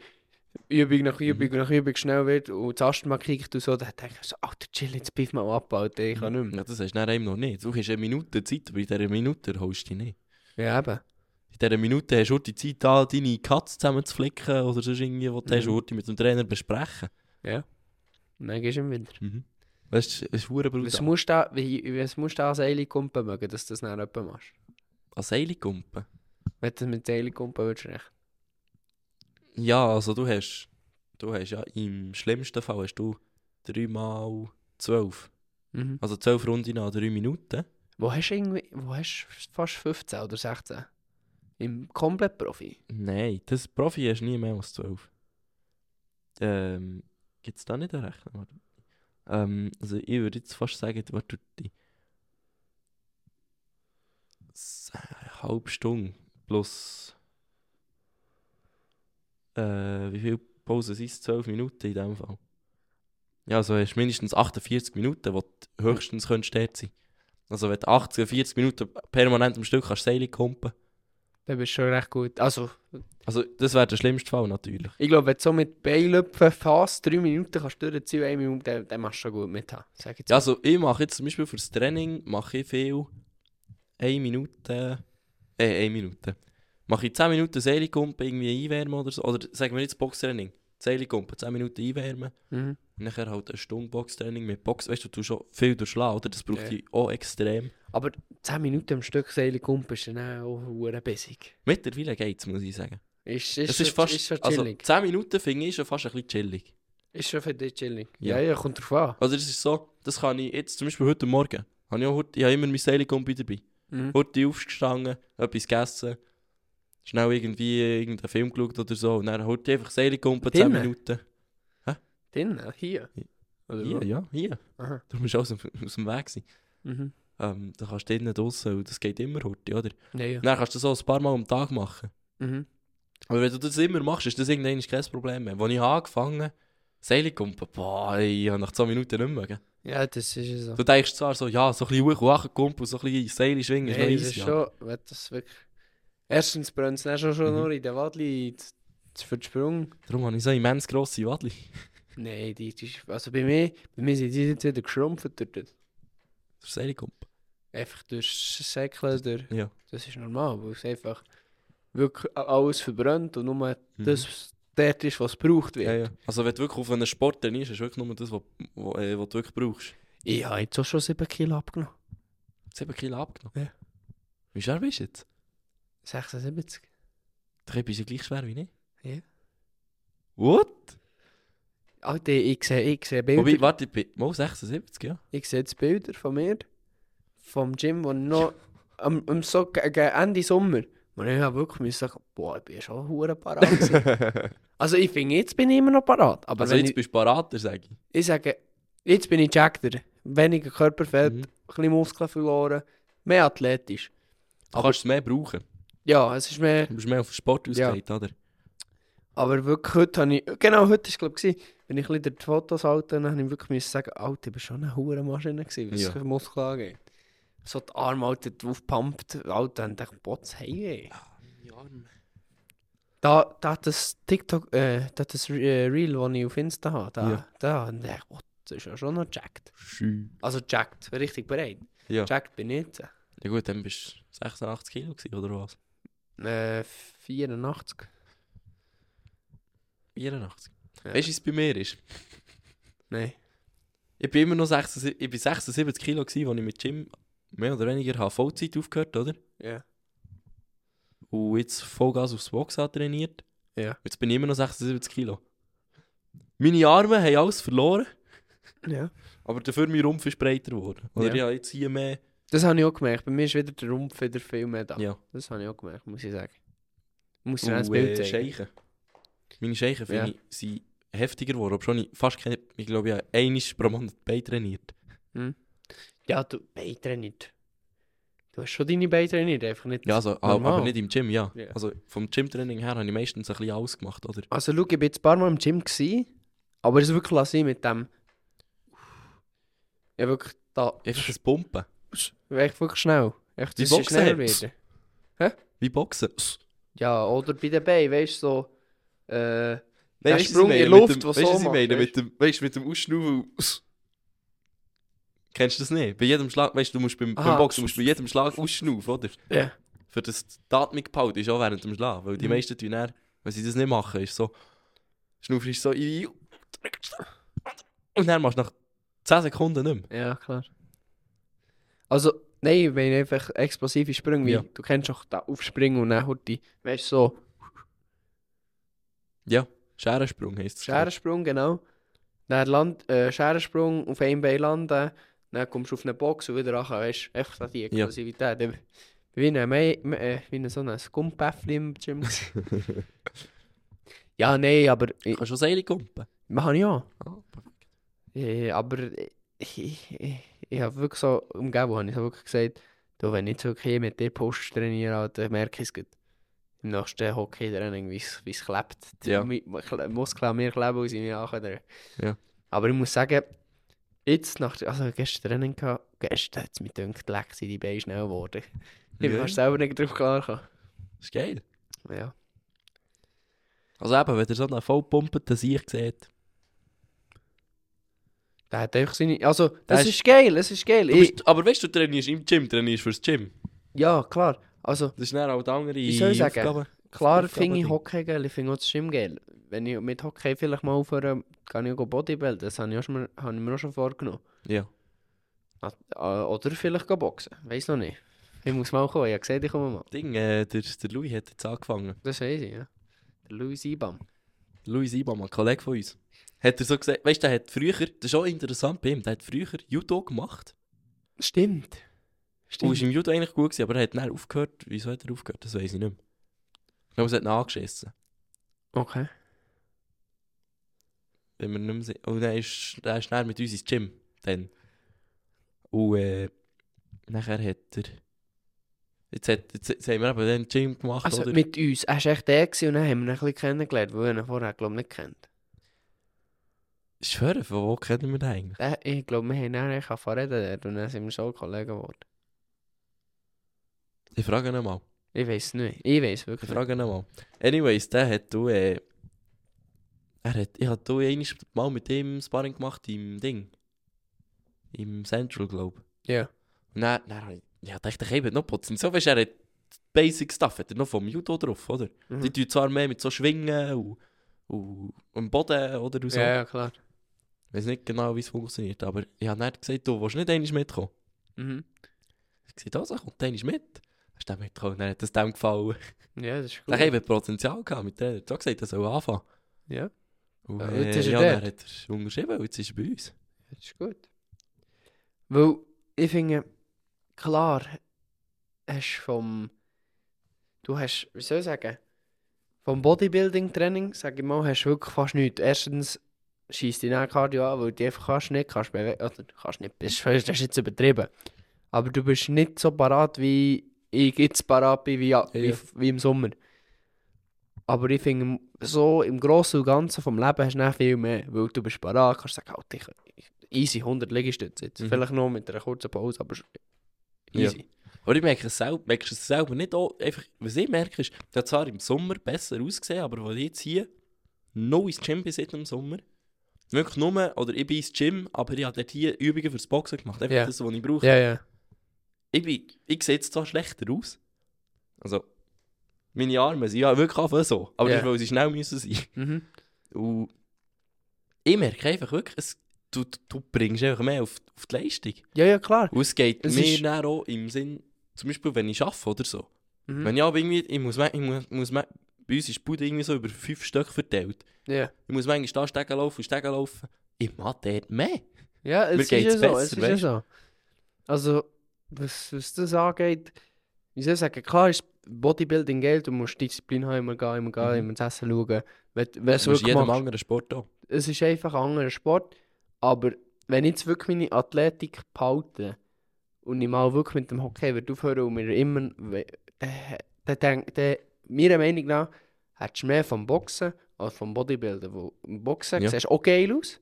Speaker 2: Übung nach Übung nach Übung schnell wird und das erste Mal kriegst du so, dann denke ich so, Alter, chill, jetzt biff mal ab, Alter, ich kann nicht
Speaker 1: Ja, das hast du dann eben noch nicht. Du hast eine Minute Zeit, aber in dieser Minute holst du dich nicht.
Speaker 2: mehr. Ja, eben.
Speaker 1: In dieser Minute hast du die Zeit, da deine Katze zusammenzuflicken oder sonst irgendwie, was du
Speaker 2: Mhm.
Speaker 1: hast, Urti mit dem Trainer besprechen.
Speaker 2: Und dann gehst du im Winter.
Speaker 1: Mhm. Das ist, das ist verdammt
Speaker 2: Was
Speaker 1: brutal.
Speaker 2: musst du da, wie, was musst du da als Eiligumpen mögen, dass du das dann jemand machst?
Speaker 1: Als Eiligumpen.
Speaker 2: Wenn du mit Eiligumpen würdest rechnen.
Speaker 1: Ja, also du hast, du hast ja im schlimmsten Fall hast du 3 mal 12.
Speaker 2: Mhm.
Speaker 1: Also 12 Runden an 3 Minuten.
Speaker 2: Wo hast du irgendwie, wo hast du fast 15 oder 16? Im Komplettprofi?
Speaker 1: Nein, das Profi hast du nie mehr als 12. Ähm, gibt es da nicht eine Rechnung? Warte. Ähm, also ich würde jetzt fast sagen, warte, die S- eine halbe Stunde plus äh, wie viel Pause sind es? 12 Minuten in dem Fall. Ja, also hast du mindestens 48 Minuten, wo du höchstens könntest dort sein. Also wenn du 80, 40 Minuten permanent am Stück kannst Seile kumpen.
Speaker 2: Dann bist du schon recht gut. Also,
Speaker 1: Also das wäre der schlimmste Fall natürlich.
Speaker 2: ich glaube, wenn du so mit Beilöpfen fast 3 Minuten kannst durchziehen, 1 Minute, dann, dann machst du schon gut mit. Sag jetzt
Speaker 1: Ja, also ich mache jetzt zum Beispiel fürs Training mache ich viel 1 Minute, äh 1 Minute. Mache ich 10 Minuten Seilkumpen irgendwie einwärmen oder so. Oder sagen wir jetzt Boxtraining. Seilkumpen, 10 Minuten einwärmen.
Speaker 2: Mhm.
Speaker 1: Und nachher halt eine Stunde Boxtraining mit Box. Weißt du, du tust schon viel durchschlagen, oder? Das braucht
Speaker 2: Ja.
Speaker 1: dich auch extrem.
Speaker 2: 10 Minuten am Stück Seilkumpen ist dann auch hure bissig.
Speaker 1: Mittlerweile geht's, muss ich sagen.
Speaker 2: Ist,
Speaker 1: Es
Speaker 2: ist,
Speaker 1: ist fast,
Speaker 2: ist schon
Speaker 1: also
Speaker 2: chillig.
Speaker 1: 10 Minuten finde ich schon fast ein bisschen chillig.
Speaker 2: ist schon für dich chillig.
Speaker 1: Ja.
Speaker 2: Ja, ja, kommt drauf an.
Speaker 1: Also es ist so, das kann ich jetzt zum Beispiel heute Morgen, habe ich, auch, heute- ich habe immer mein Seilkumpen dabei.
Speaker 2: Mhm.
Speaker 1: Hurti aufgestanden, etwas gegessen, schnell irgendwie irgendeinen Film geschaut oder so. Und dann Hurti einfach Seilkumpen, 10
Speaker 2: Drinnen?
Speaker 1: Minuten.
Speaker 2: Drinnen, hier.
Speaker 1: Ja.
Speaker 2: Oder
Speaker 1: Hier,
Speaker 2: wo?
Speaker 1: ja, hier.
Speaker 2: Aha.
Speaker 1: Du musst aus dem, aus dem Weg sein.
Speaker 2: Mhm.
Speaker 1: Ähm, da kannst du drinnen draussen, und das geht immer Hurti, oder?
Speaker 2: Ja, ja.
Speaker 1: Und dann kannst du das auch ein paar Mal am Tag machen.
Speaker 2: Mhm.
Speaker 1: Aber wenn du das immer machst, ist das irgendwann kein Problem mehr. Als ich angefangen habe, Seilkumpen, boah, ich habe nach 10 Minuten nicht mehr. gell.
Speaker 2: Ja, das ist ja so.
Speaker 1: Du denkst zwar so, ja, so ein bisschen hoch und Achtenkumpen, so ein bisschen Seile schwingen, ist noch
Speaker 2: Nein, das ist
Speaker 1: easy. aber-
Speaker 2: schon, wenn das wirklich... Erstens brennt es dann schon, schon
Speaker 1: Mhm.
Speaker 2: nur in den Wadli z- z- für den Sprung.
Speaker 1: Darum habe ich so immens grosse Wadli.
Speaker 2: Nein, die, die ist... Also bei mir, bei mir sind die jetzt wieder geschrumpft durch das.
Speaker 1: Das ist Seilkumpen.
Speaker 2: Einfach durch das Säckeln, durch...
Speaker 1: Ja.
Speaker 2: Das ist normal, weil es einfach wirklich a- alles verbrennt und nur das dort ist, was gebraucht wird.
Speaker 1: Mhm. Ja, ja. Also wenn du wirklich auf einen Sport trainierst, ist wirklich nur das, was was, äh, was du wirklich brauchst.
Speaker 2: Ich habe jetzt auch schon 7 Kilo abgenommen.
Speaker 1: 7 Kilo abgenommen.
Speaker 2: Ja.
Speaker 1: Wie schwer bist du jetzt?
Speaker 2: 76.
Speaker 1: Du bist ja gleich schwer wie ich.
Speaker 2: Ja.
Speaker 1: What?
Speaker 2: Alter, ich sehe, ich sehe Bilder.
Speaker 1: Wobei, warte, ich bin mal 76, ja.
Speaker 2: Ich sehe jetzt Bilder von mir, vom Gym, wo ich noch am, am so ge- ge- Ende Sommer, wo ich hab wirklich mir sagen, boah, ich bin schon hure parat. gewesen. also ich finde, jetzt bin ich immer noch parat. Aber
Speaker 1: also
Speaker 2: wenn
Speaker 1: jetzt
Speaker 2: ich,
Speaker 1: bist du parater, sage ich.
Speaker 2: ich sage, jetzt bin ich Jackter. Weniger Körperfett,
Speaker 1: Mhm.
Speaker 2: ein bisschen Muskeln verloren, mehr athletisch.
Speaker 1: Du kannst es mehr brauchen.
Speaker 2: Ja, es ist mehr.
Speaker 1: Du bist mehr auf den Sport ausgelegt, oder?
Speaker 2: Aber wirklich, heute habe ich, genau heute war es, glaube wenn ich ein bisschen durch die Fotos halte, dann habe ich wirklich müssen sagen, Alter, ich war schon eine hure Maschine, gewesen, was
Speaker 1: Ja.
Speaker 2: ja. Muskeln angeht. So die Arme Alter, draufgepumpt, Alter, und dachte, Bots, hey, ey. Da, da hat das TikTok, äh, da hat das Re- äh, Reel, das ich auf Insta habe, da,
Speaker 1: Ja.
Speaker 2: da, und ich dachte, Gott, das ist ja schon noch jacked.
Speaker 1: Schü.
Speaker 2: Also jacked, richtig bereit.
Speaker 1: Ja.
Speaker 2: Jacked bin ich jetzt.
Speaker 1: Ja gut, dann bist du 86 Kilo gewesen, oder was?
Speaker 2: Äh, 84.
Speaker 1: 84.
Speaker 2: Ja.
Speaker 1: Weißt du, wie es bei mir ist?
Speaker 2: Nein.
Speaker 1: Ich bin immer noch 76, ich bin 76 Kilo gewesen, als ich mit Gym mehr oder weniger habe Vollzeit aufgehört, oder?
Speaker 2: Ja.
Speaker 1: Und jetzt Vollgas aufs Boxen trainiert.
Speaker 2: Ja.
Speaker 1: Jetzt bin ich immer noch 76 Kilo. Meine Arme haben alles verloren,
Speaker 2: Ja.
Speaker 1: aber dafür mein Rumpf ist breiter geworden. Oder
Speaker 2: Oh Ja.
Speaker 1: ich habe jetzt hier mehr...
Speaker 2: Das habe ich auch gemerkt. Bei mir ist wieder der Rumpf wieder viel mehr da.
Speaker 1: Ja.
Speaker 2: Das habe ich auch gemerkt, muss ich sagen. Muss ich dir
Speaker 1: Und,
Speaker 2: das Bild
Speaker 1: äh,
Speaker 2: zeigen?
Speaker 1: Scheichen. Meine Scheichen
Speaker 2: Ja.
Speaker 1: finde ich, sind heftiger geworden, obwohl ich fast keine... Ich glaube, ich habe einmal pro Monat Bein trainiert.
Speaker 2: Ja, du Beine trainiert. Du hast schon deine Beine trainiert, einfach nicht.
Speaker 1: Ja, also, aber
Speaker 2: Normal.
Speaker 1: aber nicht im Gym, ja.
Speaker 2: Ja.
Speaker 1: Also vom Gym-Training her habe ich meistens ein bisschen alles gemacht, oder?
Speaker 2: Also, schau, ich bin jetzt ein paar Mal im Gym oh, gewesen, aber es ist wirklich lassen mit dem. Ja, wirklich da.
Speaker 1: Einfach das Pumpen.
Speaker 2: Echt wirklich schnell. Echt,
Speaker 1: Wie
Speaker 2: das ist
Speaker 1: Boxen
Speaker 2: schneller
Speaker 1: hat's.
Speaker 2: werden.
Speaker 1: Wie Boxen.
Speaker 2: Ja, oder bei den Beinen, weißt du, so. Äh,
Speaker 1: Nein,
Speaker 2: Der
Speaker 1: weißt du, was
Speaker 2: Sprung
Speaker 1: ich meine?
Speaker 2: in
Speaker 1: Mit
Speaker 2: Luft,
Speaker 1: dem-
Speaker 2: was
Speaker 1: weißt du,
Speaker 2: so
Speaker 1: was ich
Speaker 2: macht,
Speaker 1: meine?
Speaker 2: weißt
Speaker 1: Mit dem, weißt, du, mit dem Ausschnaufen. Kennst du das nicht? Bei jedem Schlag, weißt du, du musst beim,
Speaker 2: Aha.
Speaker 1: beim Boxen musst du bei jedem Schlag ausschnaufen, oder?
Speaker 2: Ja.
Speaker 1: Für das die Atmung behalten ist auch während dem Schlag. Weil die
Speaker 2: Mhm.
Speaker 1: meisten tun dann, wenn sie das nicht machen, ist so. Schnaufen ist so in. Und dann machst du nach 10 Sekunden nicht mehr.
Speaker 2: ja, klar. Also, nein, ich meine einfach explosive Sprünge. wie
Speaker 1: Ja.
Speaker 2: Du kennst doch da aufspringen und dann hört die. Weißt du, so.
Speaker 1: Scherensprung heisst es. glaub ich.
Speaker 2: Scherensprung, genau. Dann Land, äh, Scherensprung auf einem Bein landen, dann kommst du auf eine Box und wieder runter, weißt du, echt so die Explosivität. Ja. Wie ein, Me Me- äh, wie ein so ein Skumpäffli im Gym. ja, nein, aber... Ich,
Speaker 1: Kannst du schon Seile kumpen?
Speaker 2: man ich ja.
Speaker 1: Ah,
Speaker 2: Äh, aber ich, ich, ich, ich habe wirklich so umgeben, habe ich so wirklich gesagt, du, wenn ich jetzt wirklich hier mit dir Post trainiere, Alter, merke ich es gut. Im nächsten Hockey-Training, wie es wie es klebt. Die
Speaker 1: Ja.
Speaker 2: Mi- Mi- Kle- Muskeln an mir kleben und sie mir ankommen.
Speaker 1: Ja.
Speaker 2: Aber ich muss sagen, jetzt nach, der- also gestern Training gehabt, gestern hat es mir gedacht, leck sind die Beine schnell geworden. Ich bin
Speaker 1: Ja.
Speaker 2: fast selber nicht drauf klargekommen.
Speaker 1: ist geil.
Speaker 2: Ja.
Speaker 1: Also eben, wenn ihr so einen vollpumpenden Sieg seht,
Speaker 2: Der hat einfach seine, also, das
Speaker 1: ist-
Speaker 2: ist geil, es ist geil.
Speaker 1: Du
Speaker 2: Ich,
Speaker 1: bist, aber weißt du, du trainierst im Gym, trainierst fürs Gym.
Speaker 2: ja, klar, also...
Speaker 1: Das ist dann auch die andere
Speaker 2: Wie soll ich sagen?
Speaker 1: Aufgabe.
Speaker 2: Klar
Speaker 1: Aufgabe
Speaker 2: finde ich
Speaker 1: Ding.
Speaker 2: Hockey geil, ich finde auch das Schwimmen geil. Wenn ich mit Hockey vielleicht mal aufhöre, kann ich auch Bodybuilden, das habe ich, auch schon mal, habe ich mir auch schon vorgenommen.
Speaker 1: Ja.
Speaker 2: Ah, ah, Oder vielleicht gehen boxen, weiß noch nicht. Ich muss mal kommen, ich habe gesagt, ich komme mal.
Speaker 1: Ding, äh, der, der Louis hat jetzt angefangen.
Speaker 2: Das weiß ich, ja. Der Louis Ibam.
Speaker 1: Louis Ibam, ein Kollege von uns. Hat er so gesagt, weißt du, der hat früher, das ist auch interessant bei ihm, der hat früher Judo gemacht.
Speaker 2: Stimmt.
Speaker 1: Und ist
Speaker 2: Stimmt.
Speaker 1: im Judo eigentlich gut gewesen, aber er hat dann aufgehört. Wieso hat er aufgehört? Das weiß ich nicht mehr. Ich glaube, es hat ihn angeschissen.
Speaker 2: Okay.
Speaker 1: Wenn wir nicht mehr sehen. Und dann ist, dann ist er mit uns ins Gym. eh, Dann. Und äh, nachher hat er. Jetzt, hat, jetzt, jetzt haben wir eben den Gym gemacht,
Speaker 2: Also
Speaker 1: oder?
Speaker 2: mit uns. Er war echt der gewesen und dann haben wir ihn ein bisschen kennengelernt, weil wir ihn vorher, glaube ich, nicht kennt.
Speaker 1: Ich schwöre, von wo kennen wir den eigentlich?
Speaker 2: Der- Ich glaube, wir haben dann echt angefangen zu reden dort und dann sind wir schon Kollegen geworden.
Speaker 1: Ich frage ihn mal.
Speaker 2: Ich weiß es nicht. Ich weiß
Speaker 1: Ich
Speaker 2: wirklich nicht.
Speaker 1: frage ihn mal. Anyways, der hat du... Äh, er hat... Ich habe du einiges Mal mit ihm Sparring gemacht im Ding. Im Central, glaube
Speaker 2: Ja.
Speaker 1: Und dann, dann habe ich... Ja, dachte ich, eben noch putzen. So weißt du, er hat... Basic Stuff hat er noch vom Judo drauf, oder?
Speaker 2: Mhm.
Speaker 1: Die tun zwar mehr mit so Schwingen und... Und am Boden, oder? Und so.
Speaker 2: Ja, ja, klar.
Speaker 1: Ich weiß nicht genau, wie es funktioniert, aber ich habe dann gesagt, du willst nicht einmal mitkommen.
Speaker 2: Mhm.
Speaker 1: Ich gesagt, also kommt einmal mit. Er ist dann mitgekommen, dann hat es dem gefallen.
Speaker 2: Ja, das ist
Speaker 1: Dann
Speaker 2: gut.
Speaker 1: haben wir Potenzial gehabt mit der. Er hat so gesagt, er soll anfangen.
Speaker 2: Ja,
Speaker 1: Und,
Speaker 2: Ja,
Speaker 1: äh,
Speaker 2: jetzt ist er
Speaker 1: ja,
Speaker 2: dort.
Speaker 1: dann hat er unterschrieben und jetzt ist er bei uns.
Speaker 2: das ist gut. Weil ich finde, klar, hast vom. Du hast, wie soll ich sagen, vom Bodybuilding-Training, sage ich mal, hast du wirklich fast nichts. Erstens schießt dich dann Cardio an, weil du einfach kannst nicht kannst bewegen. Oder kannst nicht, das ist- das ist jetzt übertrieben. Aber du bist nicht so parat, wie ich jetzt parat bin, wie, wie,
Speaker 1: ja.
Speaker 2: wie im Sommer. Aber ich finde, so im Großen und Ganzen vom Leben hast du nicht viel mehr, weil du bist parat, kannst sagen, halt, ich, ich, easy 100 Liegestütze jetzt.
Speaker 1: Mhm.
Speaker 2: Vielleicht noch mit einer kurzen Pause, aber
Speaker 1: Ja.
Speaker 2: easy.
Speaker 1: Aber ich merke es selber, merke es selber nicht auch, einfach, was ich merke ist, ich habe zwar im Sommer besser ausgesehen, aber als ich jetzt hier noch ins Gym bin seit dem Sommer, wirklich nur, oder ich bin ins Gym, aber ich habe dort hier Übungen fürs Boxen gemacht, einfach
Speaker 2: Ja.
Speaker 1: das, was ich brauche.
Speaker 2: Ja, ja.
Speaker 1: Ich, bin, ich sehe jetzt zwar schlechter aus, also meine Arme sind ja wirklich einfach so, aber
Speaker 2: Ja.
Speaker 1: das ist, weil sie schnell müssen sein
Speaker 2: Mhm.
Speaker 1: Und ich merke einfach wirklich, es, du, du- du bringst einfach mehr auf, auf die Leistung.
Speaker 2: Ja, ja, klar.
Speaker 1: Und es geht
Speaker 2: Es
Speaker 1: mir
Speaker 2: ist-
Speaker 1: dann auch im Sinn, zum Beispiel, wenn ich arbeite oder so.
Speaker 2: Mhm.
Speaker 1: Wenn ich aber irgendwie, ich muss, man- ich muss, muss man- bei uns ist die Bude irgendwie so über fünf Stück verteilt.
Speaker 2: Ja,
Speaker 1: Ich muss manchmal da Stegen laufen und Stegen laufen. Ich mache dort mehr.
Speaker 2: ja es
Speaker 1: Mir
Speaker 2: ist ja
Speaker 1: geht's
Speaker 2: so.
Speaker 1: besser,
Speaker 2: es ist ja
Speaker 1: weisst
Speaker 2: so. Also, was, was das angeht, wie soll ich sagen, klar ist Bodybuilding Geld, du musst Disziplin haben, immer gehen, immer gehen,
Speaker 1: Mhm.
Speaker 2: immer zu essen schauen. Wenn, wenn du es
Speaker 1: Das ist
Speaker 2: wirklich
Speaker 1: jedem
Speaker 2: machst.
Speaker 1: anderen Sport auch.
Speaker 2: Es ist einfach ein anderer Sport, aber wenn ich jetzt wirklich meine Athletik behalte und ich mal wirklich mit dem Hockey würde aufhören und mir immer, we- dann dann denk- dann- meiner Meinung nach, hättest du mehr vom Boxen als vom Bodybuilden, wo im Boxen
Speaker 1: Ja.
Speaker 2: siehst du auch geil aus,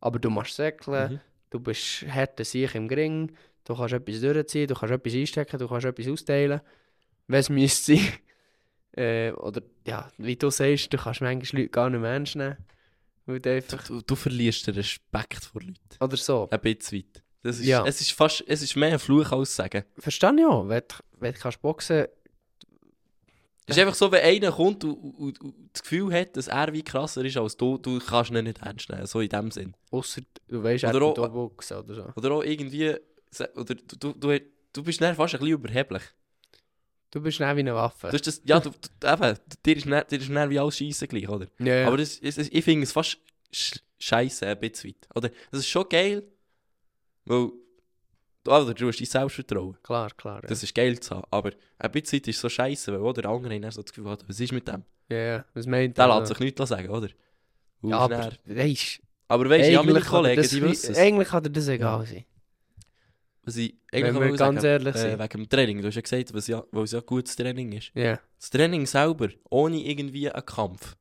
Speaker 2: aber du machst Säckeln,
Speaker 1: Mhm.
Speaker 2: du bist härter sich im Gring, du kannst etwas durchziehen, du kannst etwas einstecken, du kannst etwas austeilen. Was müsste sein? Äh, oder ja, wie du sagst, du kannst manchmal Leute gar nicht mehr ernst nehmen. Weil du
Speaker 1: Du,
Speaker 2: einfach,
Speaker 1: du, du verlierst den Respekt vor Leuten.
Speaker 2: oder so.
Speaker 1: Ein bisschen weit. Das ist,
Speaker 2: Ja.
Speaker 1: Es ist fast, es ist mehr ein Fluch als Sagen.
Speaker 2: Verstehe ich auch, wenn du, wenn du kannst boxen
Speaker 1: Es ist einfach so, wenn einer kommt und, und, und das Gefühl hat, dass er wie krasser ist als du, du kannst ihn nicht ernst nehmen. So in dem Sinn.
Speaker 2: außer du weißt,
Speaker 1: Oder
Speaker 2: er
Speaker 1: auch-
Speaker 2: tut auch boxen oder so.
Speaker 1: Oder auch irgendwie, se- oder du, du, du, du bist dann fast ein bisschen überheblich.
Speaker 2: Du bist schnell wie eine Waffe.
Speaker 1: Du hast das, ja, du, du, eben, dir ist dann, dir ist dann wie alles scheisse gleich, oder?
Speaker 2: Ja, ja.
Speaker 1: Aber das, ist- ist- ich finde es fast sch- scheisse ein bisschen weit. Oder, das ist schon geil, weil du, oder, du hast dein Selbstvertrauen.
Speaker 2: klar, klar. Ja.
Speaker 1: Das ist geil zu haben, aber ein bisschen weit ist so scheisse, weil oder, andere haben dann so das Gefühl, was ist mit dem?
Speaker 2: ja, ja. Was meint
Speaker 1: Der
Speaker 2: er?
Speaker 1: lässt sich nichts sagen, oder? Und
Speaker 2: ja,
Speaker 1: dann-
Speaker 2: aber weisst,
Speaker 1: aber weißt du, ja, meine
Speaker 2: eigentlich kann dir
Speaker 1: Kollegen,
Speaker 2: das
Speaker 1: die
Speaker 2: wie-
Speaker 1: wissen es.
Speaker 2: Eigentlich kann dir das egal sein.
Speaker 1: Was ich
Speaker 2: Wenn
Speaker 1: eigentlich
Speaker 2: wir
Speaker 1: auch
Speaker 2: ganz
Speaker 1: sagen,
Speaker 2: ehrlich
Speaker 1: äh,
Speaker 2: sind.
Speaker 1: wegen dem Training, du hast ja gesagt, was ja, weil es ja gutes Training ist.
Speaker 2: Ja.
Speaker 1: Das Training selber, ohne irgendwie einen Kampf.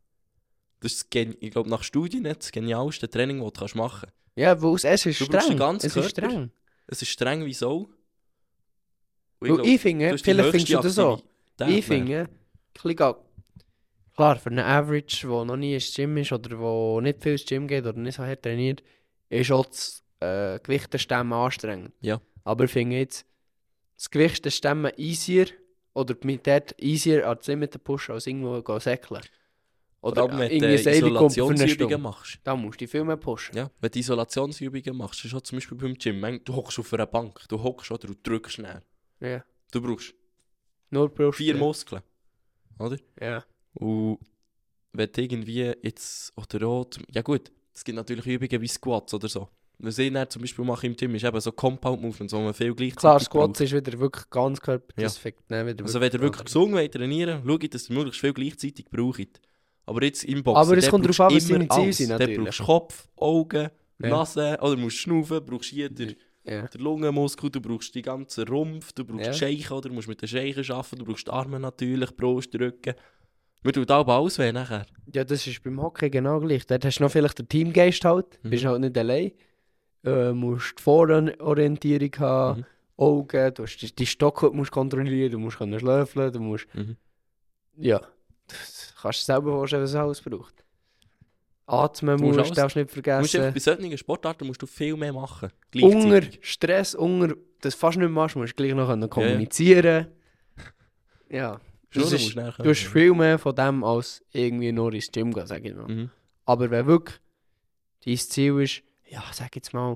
Speaker 1: Dus Das ist, das Gen- ich glaube, nach Studien nicht das genialste Training, das du kannst machen kannst.
Speaker 2: Ja, weil es, es ist
Speaker 1: Du brauchst
Speaker 2: streng.
Speaker 1: den ganzen
Speaker 2: es ist
Speaker 1: Körper.
Speaker 2: streng.
Speaker 1: Es ist streng wie so.
Speaker 2: Weil ich, finde, vielleicht findest du das so. Ich
Speaker 1: finde.
Speaker 2: finde, ein bisschen ga- klar, für einen Average, der noch nie ins Gym ist oder der nicht viel ins Gym geht oder nicht so hart trainiert, ist auch das äh, Gewicht der Stämme anstrengend.
Speaker 1: Ja.
Speaker 2: Aber ich finde jetzt, das Gewicht der Stämme easier oder mit dort easier ans Limit zu pushen, als irgendwo zu säckeln.
Speaker 1: Oder
Speaker 2: Oder
Speaker 1: wenn du
Speaker 2: irgendwie
Speaker 1: äh,
Speaker 2: Seil kommt für eine Stunde.
Speaker 1: Isolationsübungen machst.
Speaker 2: Da musst du dich viel mehr pushen.
Speaker 1: Ja, wenn du Isolationsübungen machst, das ist auch zum Beispiel beim Gym. manchmal- Du hockst auf einer Bank, du hockst oder du drückst schnell.
Speaker 2: Ja.
Speaker 1: Du brauchst
Speaker 2: Nur brauchst
Speaker 1: vier
Speaker 2: du-
Speaker 1: Muskeln. Oder?
Speaker 2: Ja.
Speaker 1: Und wenn du irgendwie jetzt, oder auch, zum- ja gut, es gibt natürlich Übungen wie Squats oder so. Was ich dann zum Beispiel mache im Gym, ist eben so Compound Movements, wo man viel gleichzeitig
Speaker 2: Klar, Squats
Speaker 1: braucht.
Speaker 2: ist wieder wirklich ganz Körper. Das fickt dann wieder
Speaker 1: Also wenn ihr wirklich gesungen wollt trainieren, schaut, dass ihr möglichst viel gleichzeitig braucht. Aber jetzt im Boxen,
Speaker 2: Aber es
Speaker 1: dort
Speaker 2: kommt
Speaker 1: brauchst
Speaker 2: drauf an,
Speaker 1: du
Speaker 2: was
Speaker 1: immer
Speaker 2: deine Ziele
Speaker 1: alles.
Speaker 2: sind,
Speaker 1: Dort
Speaker 2: natürlich.
Speaker 1: brauchst du Kopf, Augen,
Speaker 2: Ja.
Speaker 1: Nase, oder musst schnaufen, brauchst jeder
Speaker 2: Ja.
Speaker 1: Der Lungenmuskel, du brauchst die ganzen Rumpf, du brauchst
Speaker 2: Ja.
Speaker 1: Scheichen, oder du musst mit den Scheichen arbeiten, du brauchst die Arme natürlich, Brust, Rücken. Man tut auch alles weh nachher.
Speaker 2: Ja, das ist beim Hockey genau gleich. Dort hast du noch vielleicht den Teamgeist halt,
Speaker 1: Mhm.
Speaker 2: bist halt nicht allein. Äh, musst die Vororientierung haben,
Speaker 1: Mhm.
Speaker 2: Augen, du hast die, die Stock musst kontrollieren, du musst können schlöfeln, du musst.
Speaker 1: Mhm.
Speaker 2: Ja, das kannst du selber vorstellen, was es alles braucht. Atmen
Speaker 1: Du musst
Speaker 2: musst,
Speaker 1: alles-
Speaker 2: darfst nicht
Speaker 1: Du musst einfach,
Speaker 2: vergessen.
Speaker 1: bei solchen Sportarten musst du viel mehr machen.
Speaker 2: Unger
Speaker 1: Gleichzeitig.
Speaker 2: Stress, Unger, das fast nicht machst, musst du gleich noch können kommunizieren. Ja.
Speaker 1: Schon,
Speaker 2: Das
Speaker 1: du
Speaker 2: ist-
Speaker 1: musst nachher-
Speaker 2: Du hast viel mehr von dem als irgendwie nur ins Gym gehen, sag ich mal.
Speaker 1: Mhm.
Speaker 2: Aber wenn wirklich dein Ziel ist, ja, sag jetzt mal,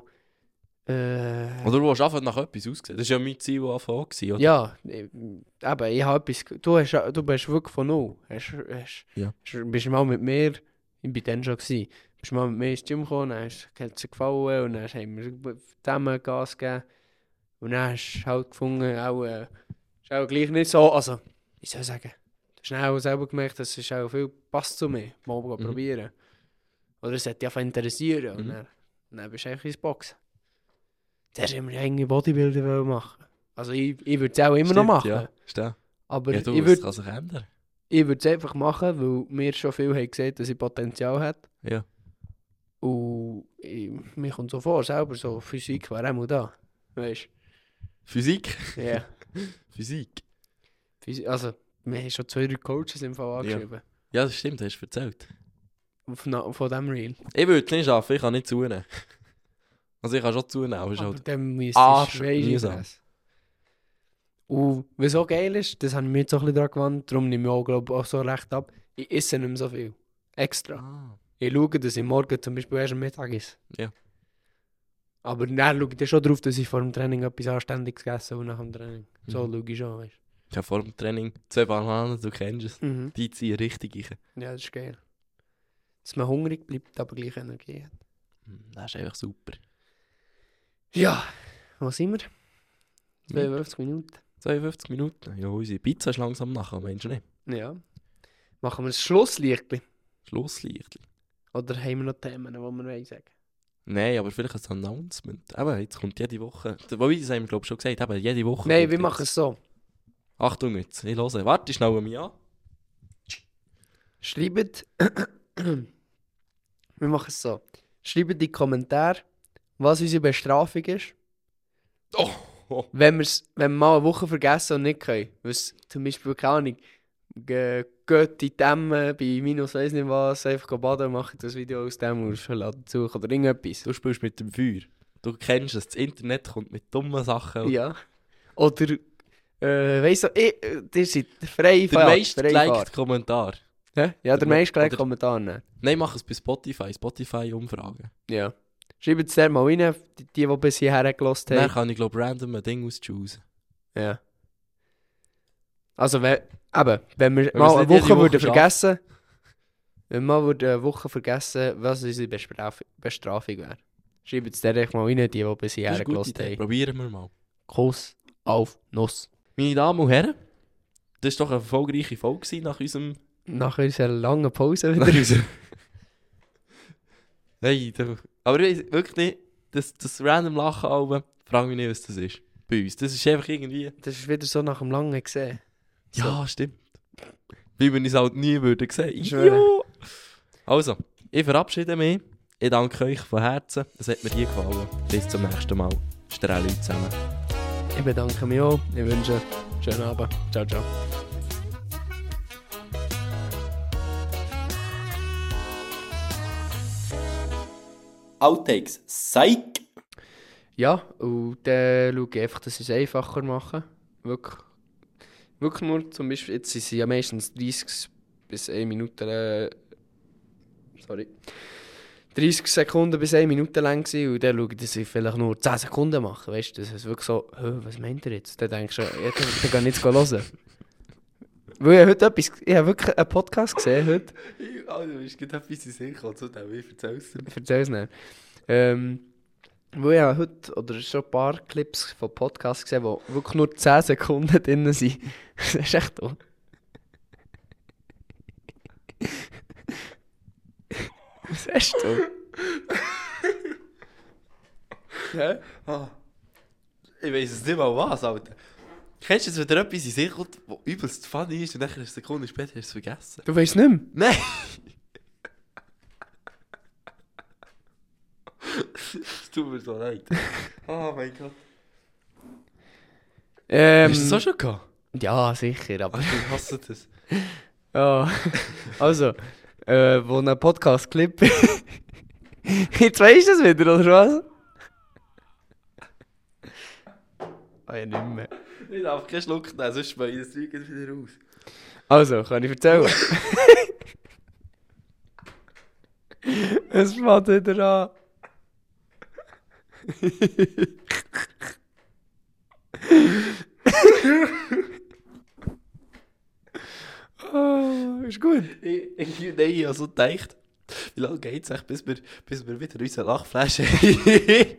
Speaker 2: äh,
Speaker 1: Oder du hast einfach nach etwas ausgesehen. Das war ja mein Ziel von Anfang an. gewesen, oder?
Speaker 2: ja, äh, eben, ich habe etwas, ge- du, hast, du bist wirklich von null. Hast, hast,
Speaker 1: Ja.
Speaker 2: hast, bist mal mit mir, ich bin dann schon gewesen, bist mal mit mir ins Gym gekommen, dann hast- hat es dir gefallen und dann haben wir zusammen Gas gegeben. Und dann hast du halt gefunden, auch, äh, ist auch gleich nicht so, also, ich soll sagen, du hast dann auch selber gemerkt, das ist auch viel, passt zu mir, mal
Speaker 1: Mhm.
Speaker 2: probieren. Oder es hat dich einfach interessieren und
Speaker 1: Mhm.
Speaker 2: dann, dann bist du einfach ins Boxen. Zuerst haben wir ja irgendwie Bodybuilder wollen machen. Also ich, ich würde es auch immer noch
Speaker 1: Stimmt,
Speaker 2: machen.
Speaker 1: Ja, Verstehe.
Speaker 2: Aber
Speaker 1: ja du,
Speaker 2: ich
Speaker 1: es
Speaker 2: würde
Speaker 1: kann sich ändern.
Speaker 2: ich es einfach machen, weil mir schon viel haben gesehen, dass ich Potenzial hat.
Speaker 1: Ja.
Speaker 2: Und ich, mir kommt so vor, selber so Physik wäre auch mal da. Weißt
Speaker 1: Physik.
Speaker 2: du? Ja.
Speaker 1: Physik.
Speaker 2: Physi- also, wir haben schon zwei drei Coaches im Fall
Speaker 1: Ja.
Speaker 2: angeschrieben.
Speaker 1: Ja, das stimmt, hast du erzählt.
Speaker 2: Auf, na- von dem Reel.
Speaker 1: Ich würde es nicht schaffen, ich kann nicht zunehmen. Also ich kann schon zunehmen, aber es ist
Speaker 2: Aber
Speaker 1: halt...
Speaker 2: dann
Speaker 1: Arsch,
Speaker 2: müsstest du weisst du
Speaker 1: mühsam.
Speaker 2: das. Und was auch geil ist, das habe ich mir jetzt auch ein bisschen dran gewandt, darum nehme ich auch, glaub, auch so recht ab, ich esse nicht mehr so viel. Extra.
Speaker 1: Ah.
Speaker 2: Ich schaue, dass ich dus morgen zum Beispiel erst am Mittag esse.
Speaker 1: Ja.
Speaker 2: Aber dann schaue ich dann schon drauf, dass ich vor dem Training etwas Anständiges esse und nach dem Training. So schaue ich schon, weißt
Speaker 1: Ich habe vor dem Training zwei Bananen, du kennst es.
Speaker 2: du. Mhm.
Speaker 1: Die ziehen richtig rein.
Speaker 2: Ja, das ist geil. Dass man hungrig bleibt, aber gleich Energie hat.
Speaker 1: Mm, Das ist einfach super.
Speaker 2: Ja, wo sind wir?
Speaker 1: Ja.
Speaker 2: 52 Minuten.
Speaker 1: 52 Minuten. Ja, unsere Pizza ist langsam nachher, meinst du nicht?
Speaker 2: Ja. Machen wir ein Schlusslicht.
Speaker 1: Schlusslicht.
Speaker 2: Oder haben wir noch Themen, die wir wollen sagen
Speaker 1: Nein, aber vielleicht ein Announcement. Ah, Eben, jetzt kommt jede Woche... Wobei, das haben wir glaube ich schon gesagt, eben ah, jede Woche...
Speaker 2: Nein,
Speaker 1: kommt
Speaker 2: wir
Speaker 1: jetzt-
Speaker 2: machen es so.
Speaker 1: Achtung jetzt, ich höre. Warte schnell an mich an.
Speaker 2: Schreibt. wir machen es so. Schreibt in die Kommentare, was unsere Bestrafung ist,
Speaker 1: Oh! oh.
Speaker 2: wenn, wir's, wenn wir mal eine Woche vergessen und nicht können. Was zum Beispiel, keine Ahnung, ge- geht in dem äh, bei minus weiss nicht was, einfach go baden, macht das Video aus dem und verladen zu oder irgendetwas.
Speaker 1: Du spielst mit dem Feuer. Du kennst es, das Internet kommt mit dummen Sachen.
Speaker 2: Ja. Oder, äh, weißt du, ich, äh, ihr seid frei
Speaker 1: Der meistgelikte Kommentar.
Speaker 2: Hä? Ja, der
Speaker 1: der-
Speaker 2: meistgelikte
Speaker 1: oder-
Speaker 2: Kommentar nehmen.
Speaker 1: Nein, mach es bei Spotify. Spotify-Umfragen.
Speaker 2: Ja. Dus Schreibt es dann mal rein, die, die, die bis hierher gelost
Speaker 1: Dann
Speaker 2: haben.
Speaker 1: kann ich, glaube random ein Ding ausschausen.
Speaker 2: Ja. Also, wenn, eben, wenn wir
Speaker 1: Wenn
Speaker 2: mal
Speaker 1: wir's
Speaker 2: eine
Speaker 1: nicht jede
Speaker 2: Woche, würden
Speaker 1: Woche schaffen.
Speaker 2: vergessen wenn wir mal würden eine Woche eh, vergessen was dus unsere Bestraf Bestrafung wäre. Schreibt es dann echt mal rein, die, die bis
Speaker 1: Das ist
Speaker 2: hierher
Speaker 1: eine gute
Speaker 2: gelost
Speaker 1: Idee.
Speaker 2: haben.
Speaker 1: Probieren wir mal.
Speaker 2: Kuss auf Nuss.
Speaker 1: Meine Damen und Herren, das war doch eine erfolgreiche Folge gewesen nach unserem...
Speaker 2: Nach unserer langen Pause
Speaker 1: Nach
Speaker 2: wieder.
Speaker 1: unserem... Nein, du... Aber ich weiss wirklich nicht, das, das random Lachen oben, frage mich nicht, was das ist. Bei uns. Das ist einfach irgendwie...
Speaker 2: Das ist wieder so nach dem langen gesehen.
Speaker 1: Ja, stimmt. Wie man es halt nie würde sehen.
Speaker 2: Ich
Speaker 1: Ja.
Speaker 2: schwöre.
Speaker 1: Also, ich verabschiede mich. Ich danke euch von Herzen. Es hat mir hier gefallen. Bis zum nächsten Mal. Strahlen zusammen.
Speaker 2: Ich bedanke mich auch. Ich wünsche einen schönen Abend. Ciao, ciao.
Speaker 1: Outtakes. Psych!
Speaker 2: Ja, und dann schaue ich einfach, dass ich es einfacher mache. Wirklich, wirklich nur zum Beispiel, jetzt sind sie ja meistens 30 bis 1 Minute. Äh, sorry. 30 Sekunden bis 1 Minute lang gewesen, und dann schaue ich, dass ich vielleicht nur 10 Sekunden mache. Weißt du, das ist wirklich so, «Hä, was meint ihr jetzt? Dann denkst du, ja, dann, dann gehe ich jetzt hören. Weil ich heute etwas, ich habe wirklich einen Podcast gesehen heute.
Speaker 1: Also, du bist gerade etwas in Sinn gekommen zu dem. Ich erzähl's dir.
Speaker 2: Erzähl es nicht. Ähm, weil ich habe heute oder schon ein paar Clips von Podcasts gesehen, wo wirklich nur 10 Sekunden drin sind. das ist echt dumm. Was hast du? Hä?
Speaker 1: Ah. Ich weiß es nicht mal was, Alter. Kennst du es, wenn dir etwas in den Sinn kommt, was übelst funny ist und nachher eine Sekunde später hast du es vergessen?
Speaker 2: Du weißt nicht mehr.
Speaker 1: Nein! Es tut mir so leid. Oh mein Gott.
Speaker 2: Ähm,
Speaker 1: Hast du das auch schon gehabt?
Speaker 2: Ja, sicher, aber.
Speaker 1: Alter, ich hasse das.
Speaker 2: Ja. Also, äh, wo ein Podcast-Clip. Jetzt weißt du es wieder, oder was? Ah, ja, nicht mehr.
Speaker 1: Ich darf keinen Schluck nehmen, sonst schmeiße ich das Zeug wieder raus. Oh,
Speaker 2: Also, kann ich erzählen? es fängt wieder an. oh, ist gut.
Speaker 1: Ich, ich, nein, ich habe so gedacht, wie lange geht es eigentlich, bis wir, bis wir wieder unsere Lachflasche haben?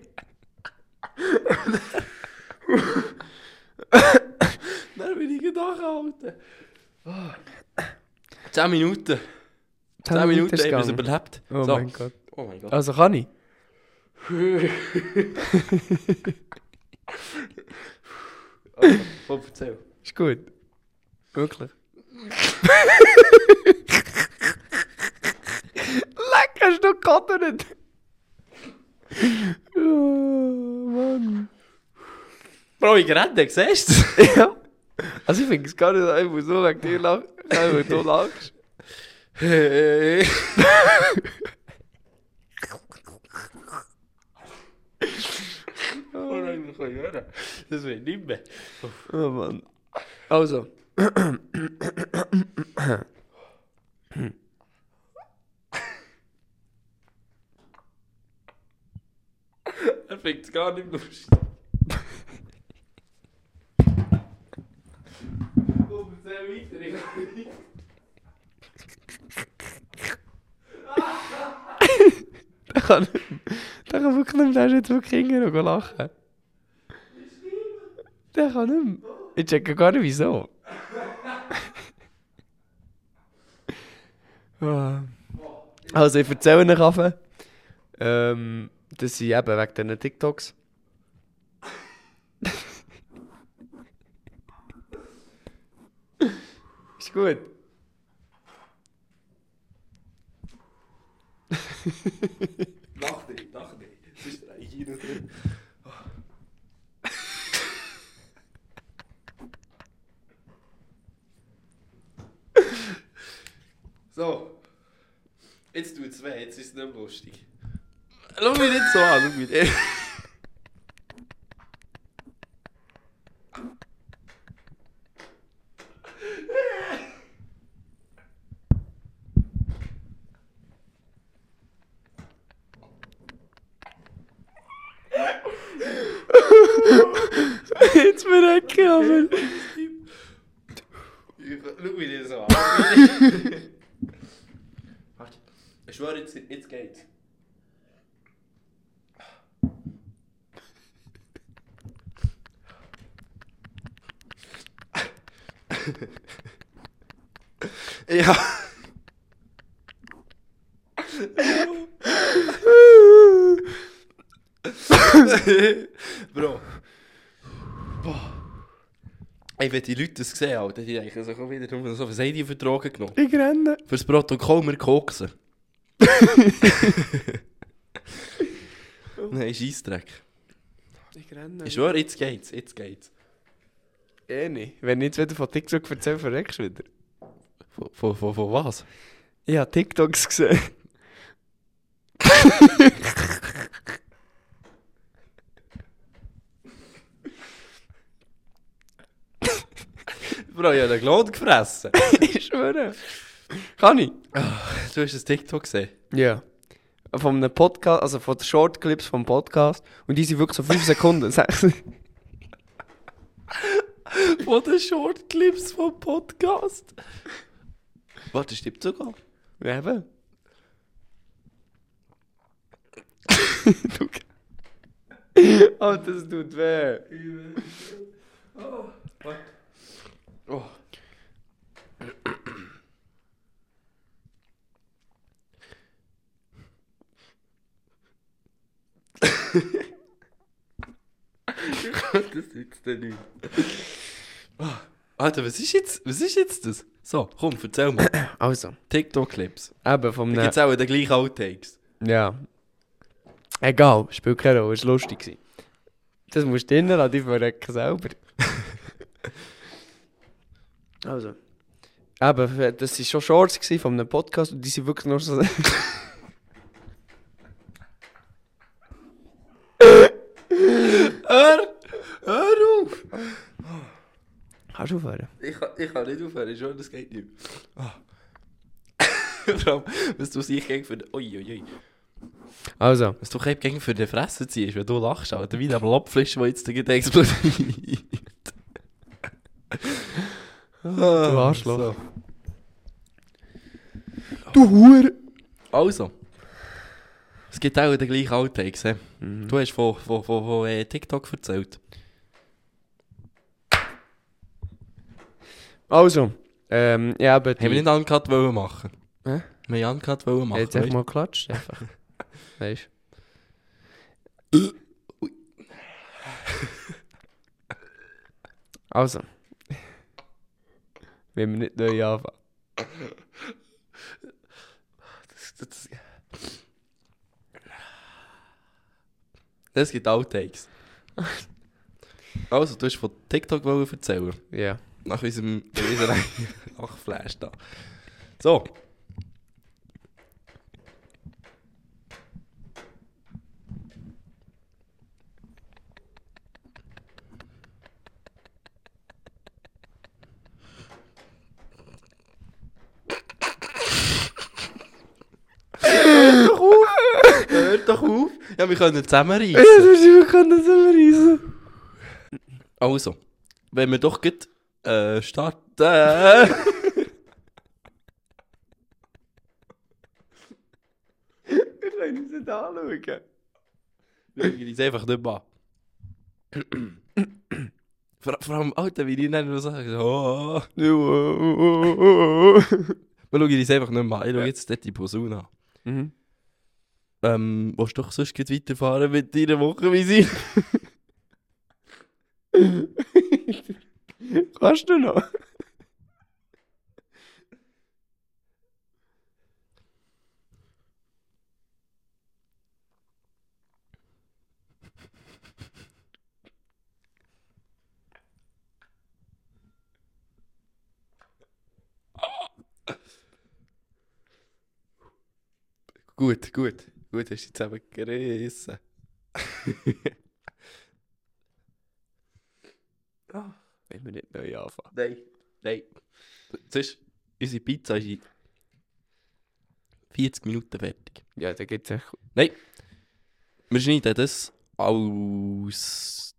Speaker 1: Dann bin ich gedacht, Alter. Zehn Ah. Minuten. Zehn Minuten haben wir es überlebt.
Speaker 2: Oh
Speaker 1: so.
Speaker 2: mein Gott.
Speaker 1: Oh mein Gott.
Speaker 2: Also kann ich?
Speaker 1: Also, komm, erzähl.
Speaker 2: Ist gut. Wirklich. Leck, hast du gekottert? oh, Mann.
Speaker 1: Bro, ich rede, siehst du
Speaker 2: Ja. Also ich finde es gar nicht einfach so wegen dir lachen, weil du lachst.
Speaker 1: Hey. Oh nein, wir können hören. Das wird nicht mehr.
Speaker 2: Oh Mann. Also.
Speaker 1: Er fängt gar nicht mehr an.
Speaker 2: Da kann, da kann wirklich nicht mehr, der ist jetzt wirklich hingehen und lachen. Der kann nicht mehr. Ich checke gar nicht, wieso. Ah. also, ich erzähle Ihnen Kaffee. Ähm, das sind eben wegen diesen TikToks. Ist gut.
Speaker 1: Lach nicht, lach nicht. Das ist eigentlich jeder drin. So. Jetzt tut es weh, jetzt ist es nicht mehr lustig. Schau mich nicht so an, schau mich nicht.
Speaker 2: Jetzt bin ich weggekommen.
Speaker 1: Ich- Schau mich nicht so an. Warte. Ich schwöre, jetzt, jetzt geht's. Ja. Bro. Boah. Ey, wenn die Leute das sehen, Alter, die denken sich auch wieder drum, so, was haben die für Drogen genommen?
Speaker 2: Ich renne.
Speaker 1: Fürs Protokoll, wir koksen. Nein, Scheissdreck.
Speaker 2: Ich renne.
Speaker 1: Ich schwöre, jetzt geht's, jetzt geht's.
Speaker 2: Eh nicht. Wenn ich jetzt wieder von TikTok erzähle, verreckst du wieder.
Speaker 1: Von, von, von, von was?
Speaker 2: Ich habe TikToks gesehen.
Speaker 1: Bro, ich habe den Klon gefressen.
Speaker 2: ich schwöre. Kann ich?
Speaker 1: du hast ein TikTok gesehen.
Speaker 2: Ja. Von einem Podcast, also von den Shortclips vom Podcast. Und die sind wirklich so 5 Sekunden. sechs-
Speaker 1: Von den Shortclips vom Podcast. Warte, stimmt sogar.
Speaker 2: Ja, Eben. oh, das tut weh.
Speaker 1: Oh.
Speaker 2: das nützt dir nichts.
Speaker 1: Ah, Alter, was ist jetzt, was ist jetzt das? So, komm, erzähl mal.
Speaker 2: Also,
Speaker 1: TikTok-Clips.
Speaker 2: eben vom...
Speaker 1: Da
Speaker 2: äh,
Speaker 1: gibt es auch den gleichen Outtakes.
Speaker 2: Ja. Egal, spielt keine Rolle, es war lustig. gewesen. Das musst du drinnen lassen, die verrecken selber. also. Eben, das waren schon Shorts gewesen von einem Podcast und die sind wirklich nur so...
Speaker 1: Hör! Hör auf!
Speaker 2: Kannst du aufhören?
Speaker 1: Ich kann, ich kann nicht aufhören, schon, das geht nicht. Ah. Vor allem, was du sich gegen für den. Uiuiui.
Speaker 2: Also.
Speaker 1: Was du gegen für die Fresse ziehst, wenn du lachst, Alter. Wie der Blobfisch, der jetzt gleich explodiert. Du
Speaker 2: Arschloch. Du Hure!
Speaker 1: Also, es gibt auch den gleichen Outtakes. hä? Du hast von, von, von, von äh, TikTok erzählt.
Speaker 2: Also. Ähm, ja, aber...
Speaker 1: Haben wir nicht Uncut wollen machen?
Speaker 2: Hä?
Speaker 1: Wir haben Uncut wollen machen.
Speaker 2: Jetzt einfach mal geklatscht, einfach. weißt du? also. Wenn wir nicht neu anfangen.
Speaker 1: weißt du? das, das, das gibt Outtakes. also, du hast von TikTok wollen erzählen.
Speaker 2: Ja.
Speaker 1: Nach unserem nach unserer Nachflash da. So. Hört doch auf! Hört doch auf! Ja, wir können zusammenreißen.
Speaker 2: wir können das überreisen.
Speaker 1: Also, wenn wir doch gut äh, starten.
Speaker 2: Wir können uns nicht anschauen.
Speaker 1: Schauen wir uns einfach nicht mal an. vor, vor allem, Alter, wie die dann noch sagen, so, oh, oh.
Speaker 2: oh,
Speaker 1: wir schauen uns einfach nicht mal an. Ich schaue jetzt dort die Person an.
Speaker 2: mhm.
Speaker 1: Ähm, willst du doch sonst gleich weiterfahren mit deiner Woche, wie sie?
Speaker 2: Kannst du noch?
Speaker 1: Gut, gut, gut, hast du zusammen gerissen.
Speaker 2: Wenn wir nicht neu anfangen.
Speaker 1: Nein, nein. Sonst, unsere Pizza ist in 40 Minuten fertig.
Speaker 2: Ja, da gibt es echt.
Speaker 1: Wir schneiden das aus.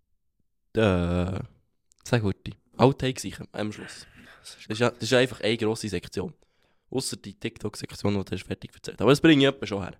Speaker 1: Äh, sag heute. Outtakes sicher, am Schluss. Das ist, ja, das ist einfach eine grosse Sektion. Außer die TikTok-Sektion, die du hast fertig erzählt. Aber das bringe ich etwa schon her.